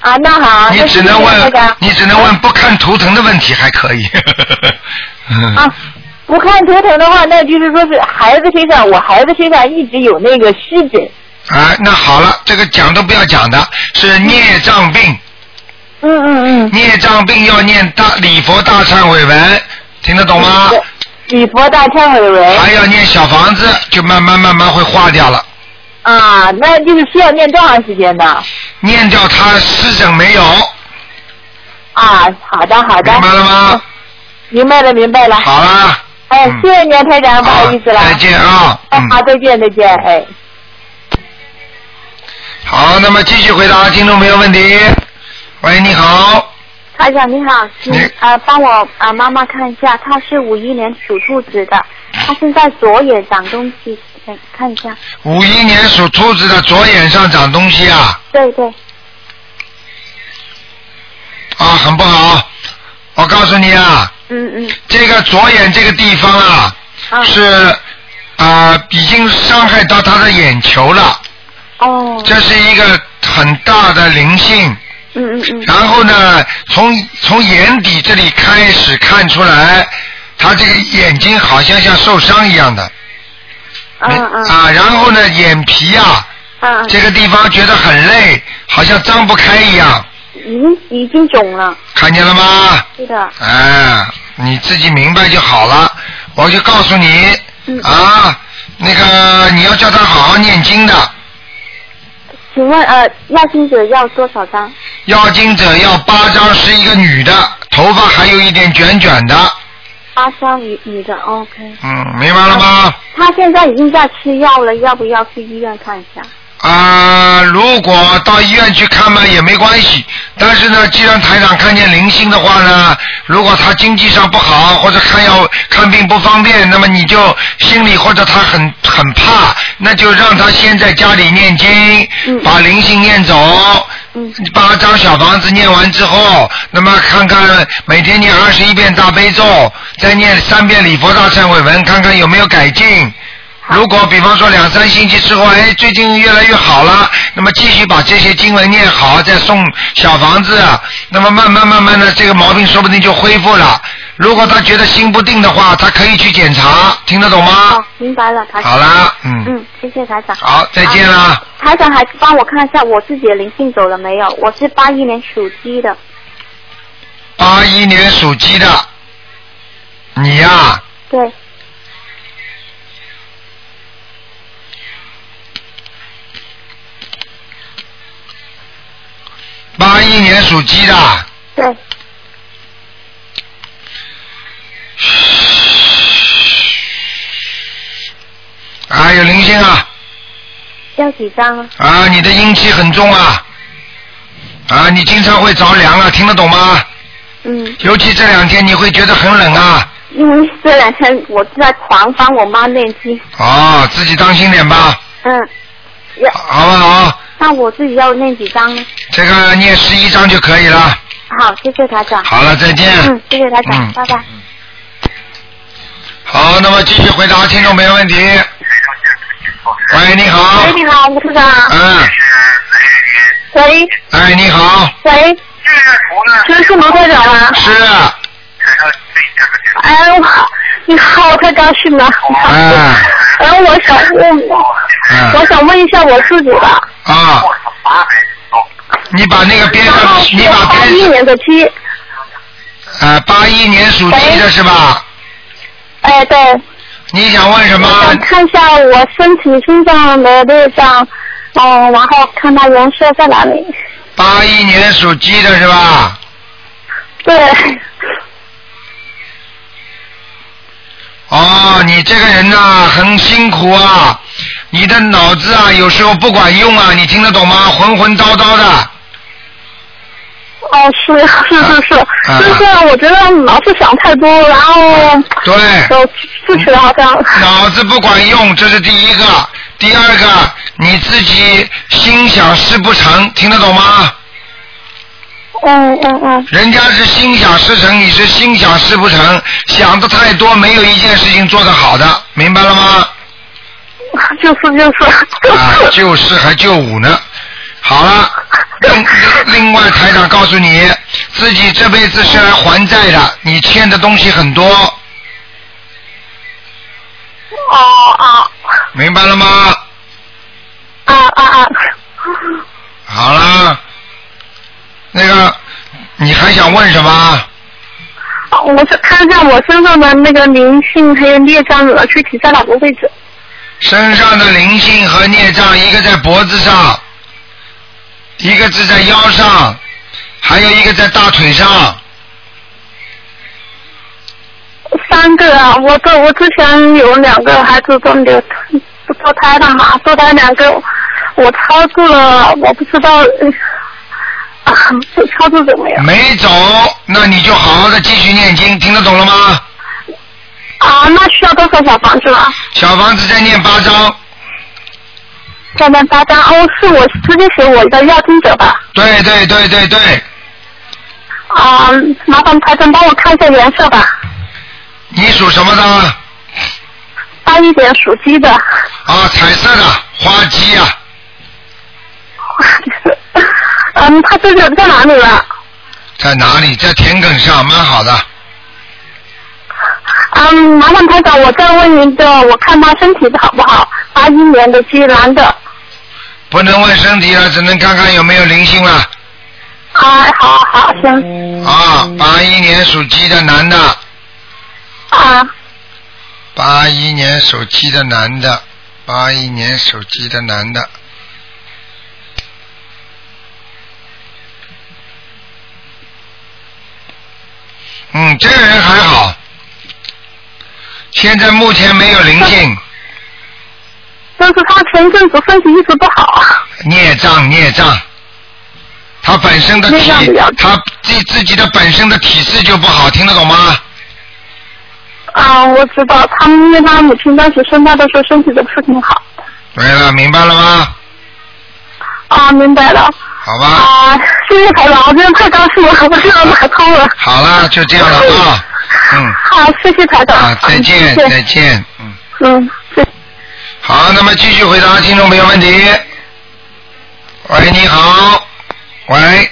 Speaker 10: 啊，那好，
Speaker 1: 你
Speaker 10: 那
Speaker 1: 只
Speaker 10: 谢谢
Speaker 1: 能
Speaker 10: 台
Speaker 1: 问
Speaker 10: 长，
Speaker 1: 你只能问不看图腾的问题，还可以。
Speaker 10: 啊，不看图腾的话，那就是说是孩子身上，我孩子身上一直有那个湿疹。
Speaker 1: 啊，那好了，这个讲都不要讲的，是孽障病，
Speaker 10: 嗯嗯嗯，
Speaker 1: 孽障病要念大礼佛大忏悔文，听得懂吗？
Speaker 10: 礼佛大忏悔文
Speaker 1: 还要念小房子，就慢慢慢慢会化掉了。
Speaker 10: 啊，那就是需要念多长时间呢？
Speaker 1: 念掉它湿疹没有，
Speaker 10: 啊，好的好的
Speaker 1: 明，白了吗？
Speaker 10: 明白了明白了。
Speaker 1: 好啦，
Speaker 10: 哎，
Speaker 1: 嗯
Speaker 10: 谢谢您，台长，不好意思了。
Speaker 1: 再见啊。
Speaker 10: 哎，
Speaker 1: 嗯
Speaker 10: 好，再见，再见，哎。
Speaker 1: 好，那么继续回答听众朋友问题。喂，你好，
Speaker 11: 台长你好，请
Speaker 1: 你
Speaker 11: 呃帮我啊、呃妈妈看一下，她是五一年属兔子的，她现在左眼长东西，嗯看一下。
Speaker 1: 五一年属兔子的左眼上长东西啊，
Speaker 11: 对对，
Speaker 1: 啊，很不好。我告诉你啊，
Speaker 11: 嗯嗯
Speaker 1: 这个左眼这个地方啊，
Speaker 11: 啊
Speaker 1: 是啊、已经伤害到他的眼球了，
Speaker 11: 哦，
Speaker 1: 这是一个很大的灵性。
Speaker 11: 嗯嗯嗯
Speaker 1: 然后呢，从从眼底这里开始看出来，他这个眼睛好像像受伤一样的。
Speaker 11: 啊
Speaker 7: 嗯
Speaker 11: 啊
Speaker 1: 啊，然后呢，眼皮啊，
Speaker 11: 啊，啊
Speaker 1: 这个地方觉得很累，好像张不开一样，
Speaker 11: 已经已经肿了，
Speaker 1: 看见了吗？
Speaker 11: 是的，
Speaker 1: 啊，你自己明白就好了。我就告诉你
Speaker 11: 嗯，
Speaker 1: 啊，那个你要叫他好好念经的，
Speaker 11: 请问呃药精者要多少张？
Speaker 1: 要经者要八张，是一个女的，头发还有一点卷卷的，
Speaker 11: 八张女女的，OK。
Speaker 1: 嗯，明白了吗？
Speaker 11: 她现在已经在吃药了，要不要去医院看一下？
Speaker 1: 啊、如果到医院去看嘛也没关系，但是呢，既然台长看见零星的话呢，如果他经济上不好或者看药看病不方便，那么你就心里或者他很很怕，那就让他先在家里念经，
Speaker 11: 嗯
Speaker 1: 把灵性念走。
Speaker 11: 嗯
Speaker 1: 八张小房子念完之后，那么看看每天念二十一遍大悲咒，再念三遍礼佛大忏悔文，看看有没有改进。如果比方说两三星期之后，哎，最近越来越好了，那么继续把这些经文念好，再送小房子，啊那么慢慢慢慢的这个毛病说不定就恢复了。如果他觉得心不定的话，他可以去检查，听得懂吗
Speaker 11: 哦？，明白了，台长。
Speaker 1: 好啦，嗯，
Speaker 11: 嗯，谢谢台长。啊
Speaker 1: 好，再见啦。
Speaker 11: 台长还帮我看一下我自己的灵性走了没有？我是八一年属鸡的，
Speaker 1: 八一年属鸡的，你呀、
Speaker 11: 对，
Speaker 1: 嗯，年属鸡的，
Speaker 11: 对，
Speaker 1: 啊，有灵性啊，
Speaker 11: 要几张啊？
Speaker 1: 啊，你的阴气很重啊，啊，你经常会着凉啊，听得懂吗？
Speaker 11: 嗯，
Speaker 1: 尤其这两天你会觉得很冷啊，
Speaker 11: 因为这两天我在狂帮我妈念经，
Speaker 1: 哦，自己当心点吧，
Speaker 11: 嗯，要
Speaker 1: 好不好？
Speaker 11: 那我自己要念几张呢？
Speaker 1: 这个念十一章就可以了。
Speaker 11: 好，谢谢台长。
Speaker 1: 好了再见
Speaker 11: 嗯，谢谢台长，
Speaker 1: 嗯
Speaker 11: 拜拜。
Speaker 1: 好，那么继续回答听众朋友问题。喂，你好。
Speaker 4: 喂，你好，吴市长。
Speaker 1: 嗯。
Speaker 4: 喂。
Speaker 1: 哎，你好。
Speaker 4: 喂。这是卢会长吗？
Speaker 1: 是。啊
Speaker 4: 哎，我你好，太高兴了。
Speaker 1: 哎。
Speaker 4: 然后我想问，嗯
Speaker 1: 嗯
Speaker 4: 我想问一下我自己吧。
Speaker 1: 啊。你把那个边上，你把
Speaker 4: 八一年的鸡，
Speaker 1: 呃八一年属鸡的是吧？
Speaker 4: 哎，对。
Speaker 1: 你想问什么？
Speaker 4: 我想看一下我身体身上的那张，嗯，然后看它颜色在哪里。
Speaker 1: 八一年属鸡的是吧？
Speaker 4: 对，
Speaker 1: 哦，你这个人呐、很辛苦啊，你的脑子啊有时候不管用啊，你听得懂吗？浑浑叨叨的，
Speaker 4: 哦，是是是
Speaker 1: 啊
Speaker 4: 是，就是我觉得老是想太多，然后
Speaker 1: 对，
Speaker 4: 就自己好像
Speaker 1: 脑子不管用，这是第一个。第二个，你自己心想事不成，听得懂吗？
Speaker 4: 嗯嗯嗯，
Speaker 1: 人家是心想事成，你是心想事不成，想的太多，没有一件事情做得好的，明白了吗？
Speaker 4: 就是就是。
Speaker 1: 啊，就是还就五呢。好了，另另外台长告诉你，自己这辈子是来还债的，你欠的东西很多。哦哦。明白了吗？
Speaker 4: 啊啊啊！
Speaker 1: 好了，那个你还想问什么？
Speaker 4: 我是看一下我身上的那个灵性还有孽障的具体在哪个位置？
Speaker 1: 身上的灵性和孽障，一个在脖子上，一个是在腰上，还有一个在大腿上。
Speaker 4: 呃三个啊，我这我之前有两个孩子都流堕胎了嘛，堕胎两个，我超度了，我不知道呃啊，这超度怎么样？
Speaker 1: 没走，那你就好好的继续念经，听得懂了吗？
Speaker 4: 啊，那需要多少小房子啊？
Speaker 1: 小房子再念八章，
Speaker 4: 再念八张哦，是我直接写我的要听者吧？
Speaker 1: 对对对对对，
Speaker 4: 啊，麻烦台长帮我看一下颜色吧。
Speaker 1: 你属什么的？
Speaker 4: 八一年属鸡的，
Speaker 1: 啊，彩色的花鸡啊，
Speaker 4: 嗯，他这个在哪里了？
Speaker 1: 在哪里？在田埂上，蛮好的。
Speaker 4: 嗯，麻烦台长，我再问一个，我看他身体好不好？八一年的鸡男的，啊
Speaker 1: 不能问身体了，啊只能看看有没有灵性了。
Speaker 4: 啊，好好行，
Speaker 1: 啊，八一年属鸡的男的，
Speaker 4: 啊，
Speaker 1: 八一年属鸡的男的，八一年属鸡的男的。嗯，这个人还好，现在目前没有灵性，
Speaker 4: 就是他前阵子身体一直不好，
Speaker 1: 孽障孽障，他本身的
Speaker 4: 孽
Speaker 1: 体
Speaker 4: 障比较，
Speaker 1: 他自自己的本身的体质就不好，听得懂吗？
Speaker 4: 啊，我知道，他们因为他母亲当时生他的时候身体都不是挺好，
Speaker 1: 对了，明白了吗？
Speaker 4: 啊，明白了，
Speaker 1: 好吧，
Speaker 4: 啊，谢谢台长，我真的太高兴了，我真的打通了，
Speaker 1: 好了，就这样了 啊，嗯。
Speaker 4: 好，谢谢台长，
Speaker 1: 啊，再见，
Speaker 4: 谢谢
Speaker 1: 再见，嗯。
Speaker 4: 嗯，
Speaker 1: 好，那么继续回答听众朋友问题。喂，你好，喂，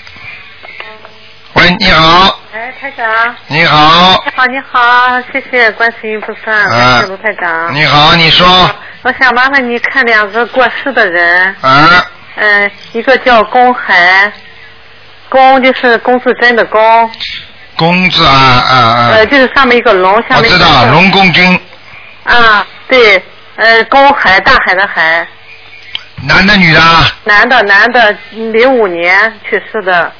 Speaker 1: 喂，你好，
Speaker 12: 哎，台长。哎
Speaker 1: 你好，
Speaker 12: 你好，你好，谢谢观世音菩萨，
Speaker 1: 啊
Speaker 12: 谢谢卢台长。
Speaker 1: 你好，你说，
Speaker 12: 我想麻烦你看两个过世的人，
Speaker 1: 啊，
Speaker 12: 嗯、一个叫龚海，龚就是龚自珍的龚，
Speaker 1: 公子啊啊啊
Speaker 12: 呃，，就是上面一个龙，下
Speaker 1: 我
Speaker 12: 面一
Speaker 1: 知
Speaker 12: 个
Speaker 1: 道，
Speaker 12: 字
Speaker 1: 龙公君，
Speaker 12: 啊，对，呃，龚海，大海的海，
Speaker 1: 男的女的啊，
Speaker 12: 男的，男的，零五年去世的，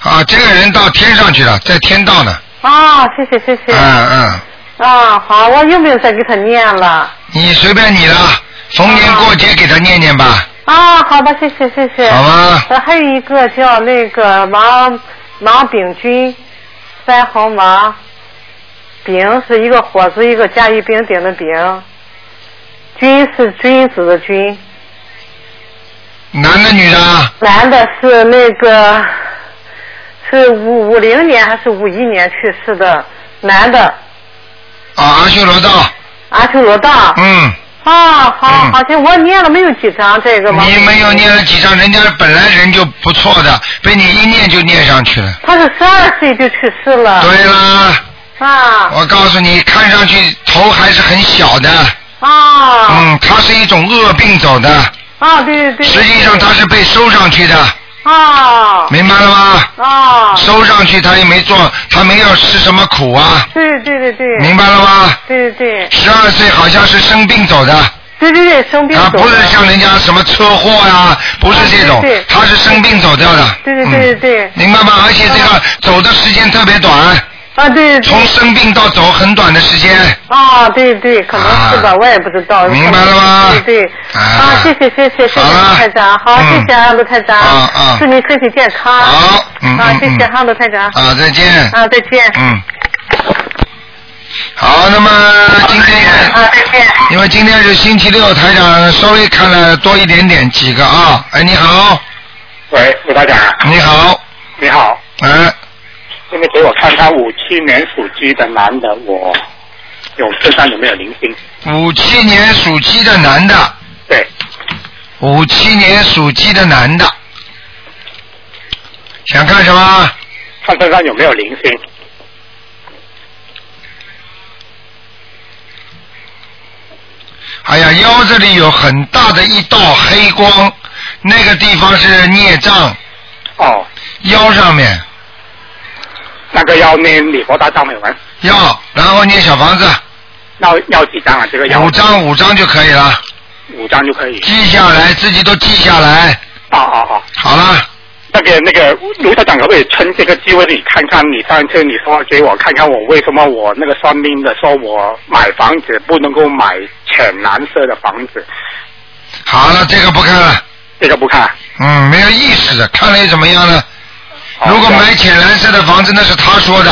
Speaker 1: 啊，这个人到天上去了，在天道呢。
Speaker 12: 啊，谢谢谢谢。
Speaker 1: 嗯嗯，
Speaker 12: 啊，好，我有没有再给他念了？
Speaker 1: 你随便你了，逢年过节给他念念吧。
Speaker 12: 啊，好的，谢谢谢谢。
Speaker 1: 好吧
Speaker 12: 呃，还有一个叫那个王王炳军，三横王，丙是一个火字，一个甲乙丙丁的丙，君是君子的君，
Speaker 1: 男的女的啊？
Speaker 12: 男的是那个是五五零年还是五一年去世的男的
Speaker 1: 啊，阿修罗道。
Speaker 12: 阿修罗道。
Speaker 1: 嗯。
Speaker 12: 啊，好，好像我念了没有几张这个吗？
Speaker 1: 你没有念了几张，人家本来人就不错的，被你一念就念上去了。
Speaker 12: 他是十二岁就去世了。
Speaker 1: 对啦，
Speaker 12: 啊
Speaker 1: 我告诉你，看上去头还是很小的。
Speaker 12: 啊。
Speaker 1: 嗯，它是一种恶病走的，
Speaker 12: 啊，对对对。
Speaker 1: 实际上它是被收上去的，
Speaker 12: 啊。
Speaker 1: 明白了吗？
Speaker 12: 啊。
Speaker 1: 收上去它也没做，它没有吃什么苦啊。
Speaker 12: 对对对对。
Speaker 1: 明白了吗？
Speaker 12: 对对对。
Speaker 1: 十二岁好像是生病走的。
Speaker 12: 对对对，生病
Speaker 1: 他
Speaker 12: 走的
Speaker 1: 不是像人家什么车祸呀、不是这种
Speaker 12: 啊对对，
Speaker 1: 他是生病走掉的。
Speaker 12: 对对对对对
Speaker 1: 嗯明白吗？而且这个走的时间特别短。
Speaker 12: 啊，对。
Speaker 1: 从生病到走很短的时间。
Speaker 12: 啊，对对，可能是吧，我也不知道。
Speaker 1: 啊明白了吗
Speaker 12: 对对。啊，谢谢谢谢谢谢卢台长，好，谢谢啊，卢台长。
Speaker 1: 啊啊
Speaker 12: 祝您身体健康。好。
Speaker 1: 嗯
Speaker 12: 啊
Speaker 1: 嗯，
Speaker 12: 谢谢
Speaker 1: 嗯
Speaker 12: 哈，卢台长。
Speaker 1: 啊，再见。
Speaker 12: 啊，再见。
Speaker 1: 嗯。好，那么今天，
Speaker 12: 啊
Speaker 1: 因为今天是星期六，台长稍微看了多一点点几个啊。哎，你好，
Speaker 13: 喂，陆台长啊，
Speaker 1: 你好，
Speaker 13: 你好，
Speaker 1: 哎，
Speaker 13: 那个给我看看五七年属鸡的男的，我有身上有没有灵性？
Speaker 1: 五七年属鸡的男的，
Speaker 13: 对，
Speaker 1: 五七年属鸡的男的，想看什么？
Speaker 13: 看身上有没有灵性？
Speaker 1: 哎呀，腰这里有很大的一道黑光，那个地方是孽障，
Speaker 13: 哦，
Speaker 1: 腰上面
Speaker 13: 那个要念礼佛大忏悔文，
Speaker 1: 要，然后念小房子，
Speaker 13: 要要几张啊？这个要
Speaker 1: 五张五张就可以了，
Speaker 13: 五张就可以。
Speaker 1: 记下来，自己都记下来。
Speaker 13: 啊啊啊！
Speaker 1: 好了，
Speaker 13: 那个那个卢台长可不可以趁这个机会你看看，你上次你说给我看看我为什么我那个算命的说我买房子不能够买浅蓝色的房子，
Speaker 1: 好了，这个不看了，
Speaker 13: 这个不看。
Speaker 1: 嗯，没有意思的，看了又怎么样呢？如果买浅蓝色的房子，那是他说的。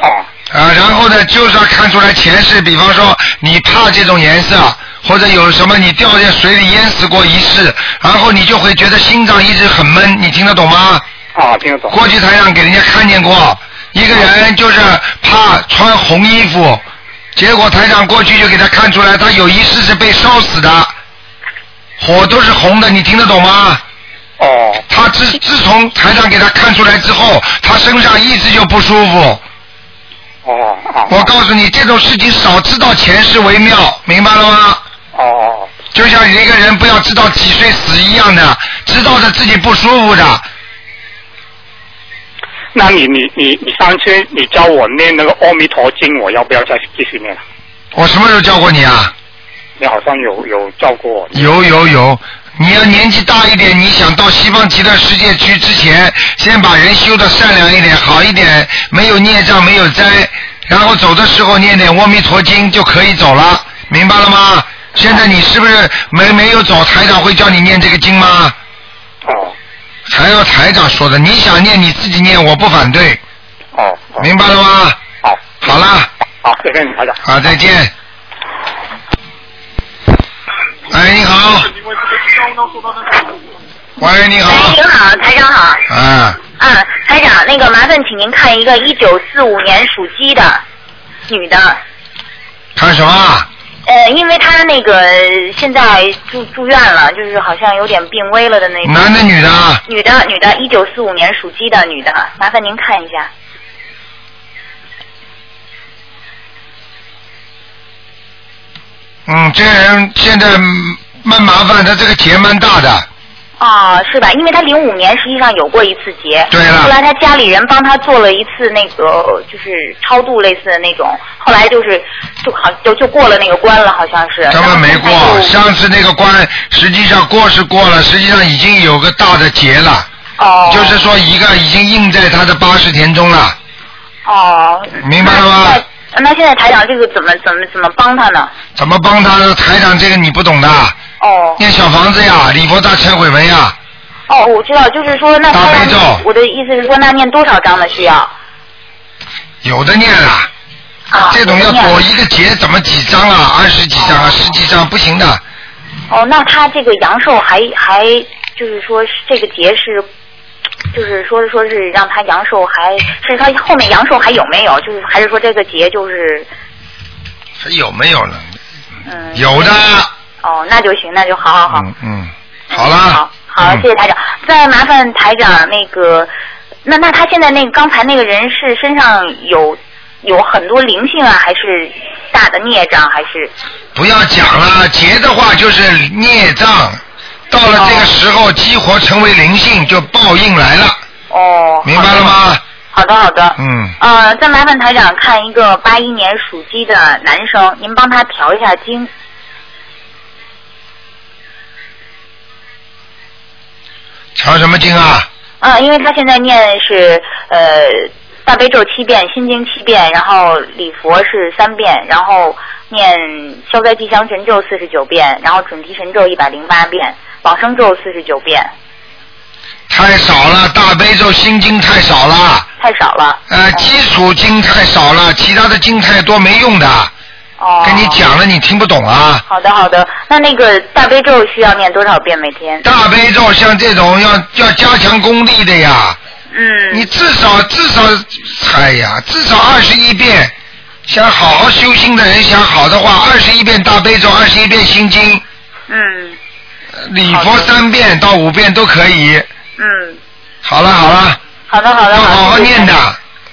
Speaker 13: 哦。
Speaker 1: 啊，然后呢，就是要看出来前世，比方说你怕这种颜色，或者有什么你掉进水里淹死过一世，然后你就会觉得心脏一直很闷，你听得懂吗？
Speaker 13: 啊，听得懂。
Speaker 1: 过去台上给人家看见过，一个人就是怕穿红衣服，结果台长过去就给他看出来，他有一世是被烧死的，火都是红的，你听得懂吗？
Speaker 13: 哦。
Speaker 1: 他自自从台长给他看出来之后，他身上一直就不舒服。
Speaker 13: 哦。
Speaker 1: 我告诉你，这种事情少知道前世为妙，明白了吗？
Speaker 13: 哦。
Speaker 1: 就像一个人不要知道几岁死一样的，知道着自己不舒服的，
Speaker 13: 那你你你你上次你教我念那个《阿弥陀经》，我要不要再继续念啊？
Speaker 1: 我什么时候教过你啊？
Speaker 13: 你好像有有教过我。
Speaker 1: 有有有，你要年纪大一点，你想到西方极乐世界去之前，先把人修的善良一点、好一点，没有孽障、没有灾，然后走的时候念点阿弥陀经就可以走了，明白了吗？现在你是不是没没有走？台长会叫你念这个经吗？
Speaker 13: 哦。
Speaker 1: 还有台长说的，你想念你自己念，我不反对，
Speaker 13: 哦。哦
Speaker 1: 明白了吗？
Speaker 13: 好。
Speaker 1: 好啦。
Speaker 13: 好，谢谢你，台长。
Speaker 1: 好，再见。哎，你好。喂，你好。
Speaker 14: 您哎好，台长好。
Speaker 1: 啊，
Speaker 14: 嗯，台长，那个麻烦请您看一个一九四五年属鸡的女的，
Speaker 1: 看什么啊？
Speaker 14: 呃，因为她那个现在住住院了，就是好像有点病危了的那种。
Speaker 1: 男的女的啊？
Speaker 14: 女的，女的，一九四五年属鸡的女的，麻烦您看一下。
Speaker 1: 嗯，这个人现在嗯蛮麻烦，他这个结蛮大的。
Speaker 14: 哦，是吧？因为她零五年实际上有过一次结，
Speaker 1: 对了
Speaker 14: 后来她家里人帮她做了一次那个就是超度类似的那种，后来就是就好就就过了那个关了，好像是。
Speaker 1: 他们没过，上次那个关实际上过是过了，实际上已经有个大的结了。
Speaker 14: 哦
Speaker 1: 就是说一个已经印在他的八十田中了，
Speaker 14: 哦，
Speaker 1: 明白了吗？
Speaker 14: 那现在台长这个怎么怎么怎么帮他呢？
Speaker 1: 怎么帮他？台长这个你不懂的。
Speaker 14: 哦。
Speaker 1: 念小房子呀，礼佛大忏悔文呀，
Speaker 14: 哦，我知道，就是说那他我的意思是说，那念多少章的需要？
Speaker 1: 有的念了。
Speaker 14: 啊
Speaker 1: 这种要躲一个节，怎么几张啊？二十几张啊，十几张不行的。
Speaker 14: 哦，那他这个阳寿还还就是说是这个劫是，就是说说是让他阳寿还是他后面阳寿还有没有？就是还是说这个劫就是
Speaker 1: 还有没有了？
Speaker 14: 嗯
Speaker 1: 有的。
Speaker 14: 哦，那就行，那就好好好，
Speaker 1: 嗯嗯，
Speaker 14: 好了。好，好，谢谢台长。再麻烦台长那个，那那他现在那个刚才那个人是身上有有很多灵性啊，还是大的孽障，还是
Speaker 1: 不要讲了，劫的话就是孽障，到了这个时候激活成为灵性，就报应来了。
Speaker 14: 哦。
Speaker 1: 明白了吗？
Speaker 14: 好的好的。
Speaker 1: 嗯，
Speaker 14: 呃，再麻烦台长看一个八一年属鸡的男生，您帮他调一下经。
Speaker 1: 调什么经啊？
Speaker 14: 啊、因为他现在念是呃大悲咒七遍，心经七遍，然后礼佛是三遍，然后念消灾吉祥神咒四十九遍，然后准提神咒一百零八遍，往生咒四十九遍，
Speaker 1: 太少了，大悲咒心经太少了，
Speaker 14: 太少了。
Speaker 1: 呃，基础经太少了，其他的经太多没用的。
Speaker 14: 哦。
Speaker 1: 跟你讲了，你听不懂啊。
Speaker 14: 好的好的，那那个大悲咒需要念多少遍每天？
Speaker 1: 大悲咒像这种要要加强功力的呀。
Speaker 14: 嗯。
Speaker 1: 你至少至少，哎呀，至少二十一遍。想好好修心的人，想好的话，二十一遍大悲咒，二十一遍心经，
Speaker 14: 嗯
Speaker 1: 礼佛三遍到五遍都可以。
Speaker 14: 嗯，
Speaker 1: 好了好了，
Speaker 14: 好的好的
Speaker 1: 要
Speaker 14: 好的。
Speaker 1: 好好念的。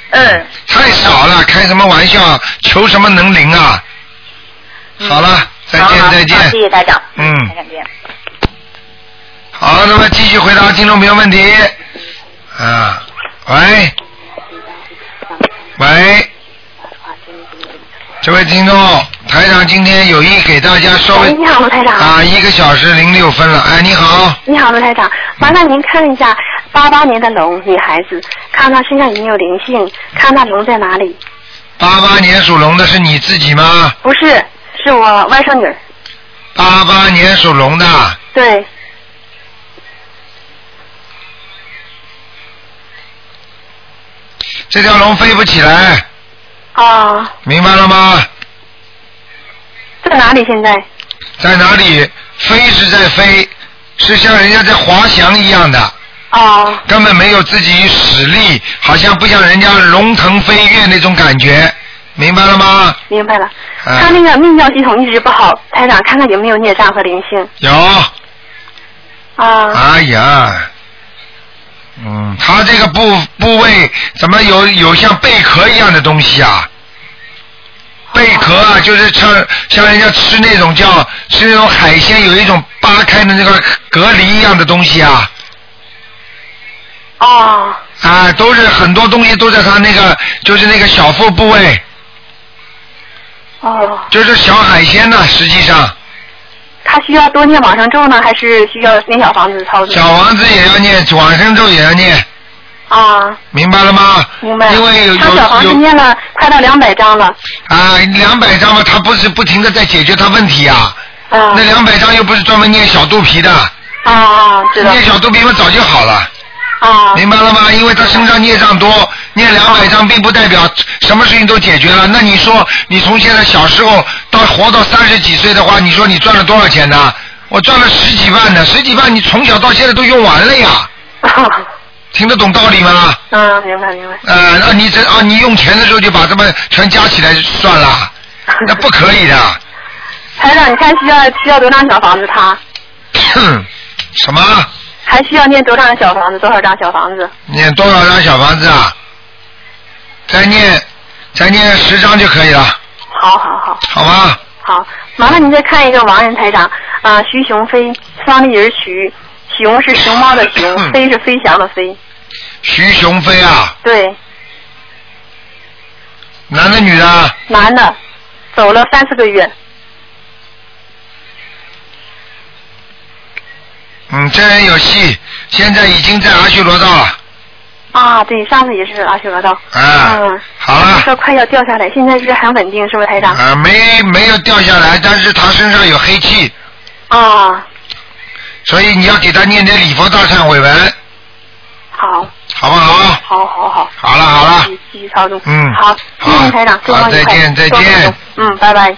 Speaker 14: 嗯。
Speaker 1: 太少了，开什么玩笑？求什么能灵啊？好了，再见
Speaker 14: 嗯好好
Speaker 1: 再见
Speaker 14: 好谢谢台长。
Speaker 1: 嗯
Speaker 14: 台长见。
Speaker 1: 好，那么继续回答听众朋友问题。啊，喂，喂，这位听众，台长今天有意给大家稍微
Speaker 4: 喂你好台长
Speaker 1: 啊，一个小时零六分了。哎，你好，
Speaker 4: 你好，罗台长，麻烦您看一下八八年的龙女孩子，看她身上有没有灵性，看她龙在哪里。
Speaker 1: 八八年属龙的是你自己吗？
Speaker 4: 不是，是我外甥女儿。
Speaker 1: 八八年属龙的，
Speaker 4: 对，
Speaker 1: 这条龙飞不起来，
Speaker 4: 啊，
Speaker 1: 明白了吗？
Speaker 4: 在哪里现在？
Speaker 1: 在哪里？飞是在飞，是像人家在滑翔一样的。
Speaker 4: 哦。
Speaker 1: 根本没有自己使力，好像不像人家龙腾飞跃那种感觉，明白了吗？
Speaker 4: 明白了。
Speaker 1: 嗯
Speaker 4: 她那个泌尿系统一直不好，台长看看有没有孽障和灵性。
Speaker 1: 有，
Speaker 4: 啊，
Speaker 1: 哎呀，嗯，他这个部部位怎么有有像贝壳一样的东西啊？贝壳啊，就是像像人家吃那种叫吃那种海鲜，有一种扒开的那个隔离一样的东西啊。
Speaker 4: 哦。
Speaker 1: 啊，都是很多东西都在他那个，就是那个小腹部位，
Speaker 4: 哦，
Speaker 1: 就是小海鲜呢、实际上，
Speaker 4: 她需要多念往生咒呢，还是需要念小房子操作？
Speaker 1: 小王子也要念，往生咒也要念，
Speaker 4: 啊，
Speaker 1: 明白了吗？
Speaker 4: 明白。
Speaker 1: 因为有
Speaker 4: 她小房
Speaker 1: 有
Speaker 4: 子
Speaker 1: 有
Speaker 4: 念了快到两百张了。
Speaker 1: 啊，两百张嘛，他不是不停的在解决他问题啊。
Speaker 4: 啊。
Speaker 1: 那两百张又不是专门念小肚皮的，
Speaker 4: 啊啊，知道。
Speaker 1: 念小肚皮嘛早就好了。
Speaker 4: 啊。
Speaker 1: 明白了吗？因为他身上孽障多，念两百张并不代表什么事情都解决了。那你说，你从现在小时候到活到三十几岁的话，你说你赚了多少钱呢？我赚了十几万呢，十几万你从小到现在都用完了 呀。听得懂道理吗？
Speaker 12: 啊
Speaker 4: 嗯，明白明白。
Speaker 1: 呃，那你这啊，你用钱的时候就把它们全加起来算 了，那不可以的。
Speaker 4: 台长，你看需要需要多张小房子？她
Speaker 1: 什么？
Speaker 4: 还需要念多少张小房子？多少张小房子？
Speaker 1: 念多少张小房子啊？再念，再念十张就可以了，
Speaker 4: 好好好
Speaker 1: 好吧？
Speaker 4: 好，麻烦您再看一个王人台长啊、徐雄飞，双立人徐，熊是熊猫的
Speaker 1: 嗯
Speaker 4: 熊，飞是飞翔的飞，
Speaker 1: 徐雄飞啊，
Speaker 4: 对，
Speaker 1: 男的女的啊？
Speaker 4: 男的，走了三四个月，
Speaker 1: 嗯，这人有戏，现在已经在阿修罗道了。
Speaker 15: 啊，对，上次也是阿修罗道。
Speaker 1: 啊
Speaker 15: 嗯，
Speaker 1: 好了。
Speaker 15: 说快要掉下来，现在是很稳定，是不是台长？
Speaker 1: 啊，没没有掉下来，但是他身上有黑气，
Speaker 15: 啊，
Speaker 1: 所以你要给他念点礼佛大忏悔文，
Speaker 15: 好，
Speaker 1: 好不好？
Speaker 15: 好，好，好。
Speaker 1: 好了好了，
Speaker 15: 继续操作。
Speaker 1: 嗯
Speaker 15: 好，谢谢台长，祝
Speaker 1: 好
Speaker 15: 福你
Speaker 1: 再
Speaker 15: 快乐
Speaker 1: 见再
Speaker 15: 多
Speaker 1: 见
Speaker 15: 保重嗯，拜拜。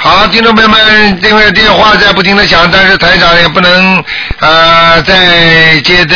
Speaker 1: 好，听众朋友们，这个电话在不停的响，但是台长也不能呃再接待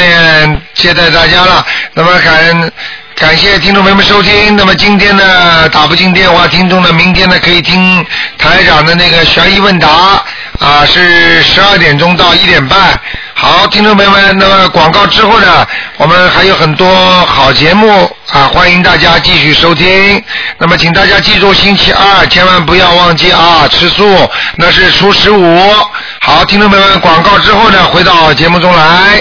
Speaker 1: 接待大家了。那么感感谢听众朋友们收听。那么今天呢打不进电话，听众呢明天呢可以听台长的那个悬疑问答啊、是十二点钟到一点半。好，听众朋友们，那么广告之后呢，我们还有很多好节目啊，欢迎大家继续收听。那么，请大家记住星期二千万不要忘记啊，吃素那是初十五。好，听众朋友们，广告之后呢，回到节目中来。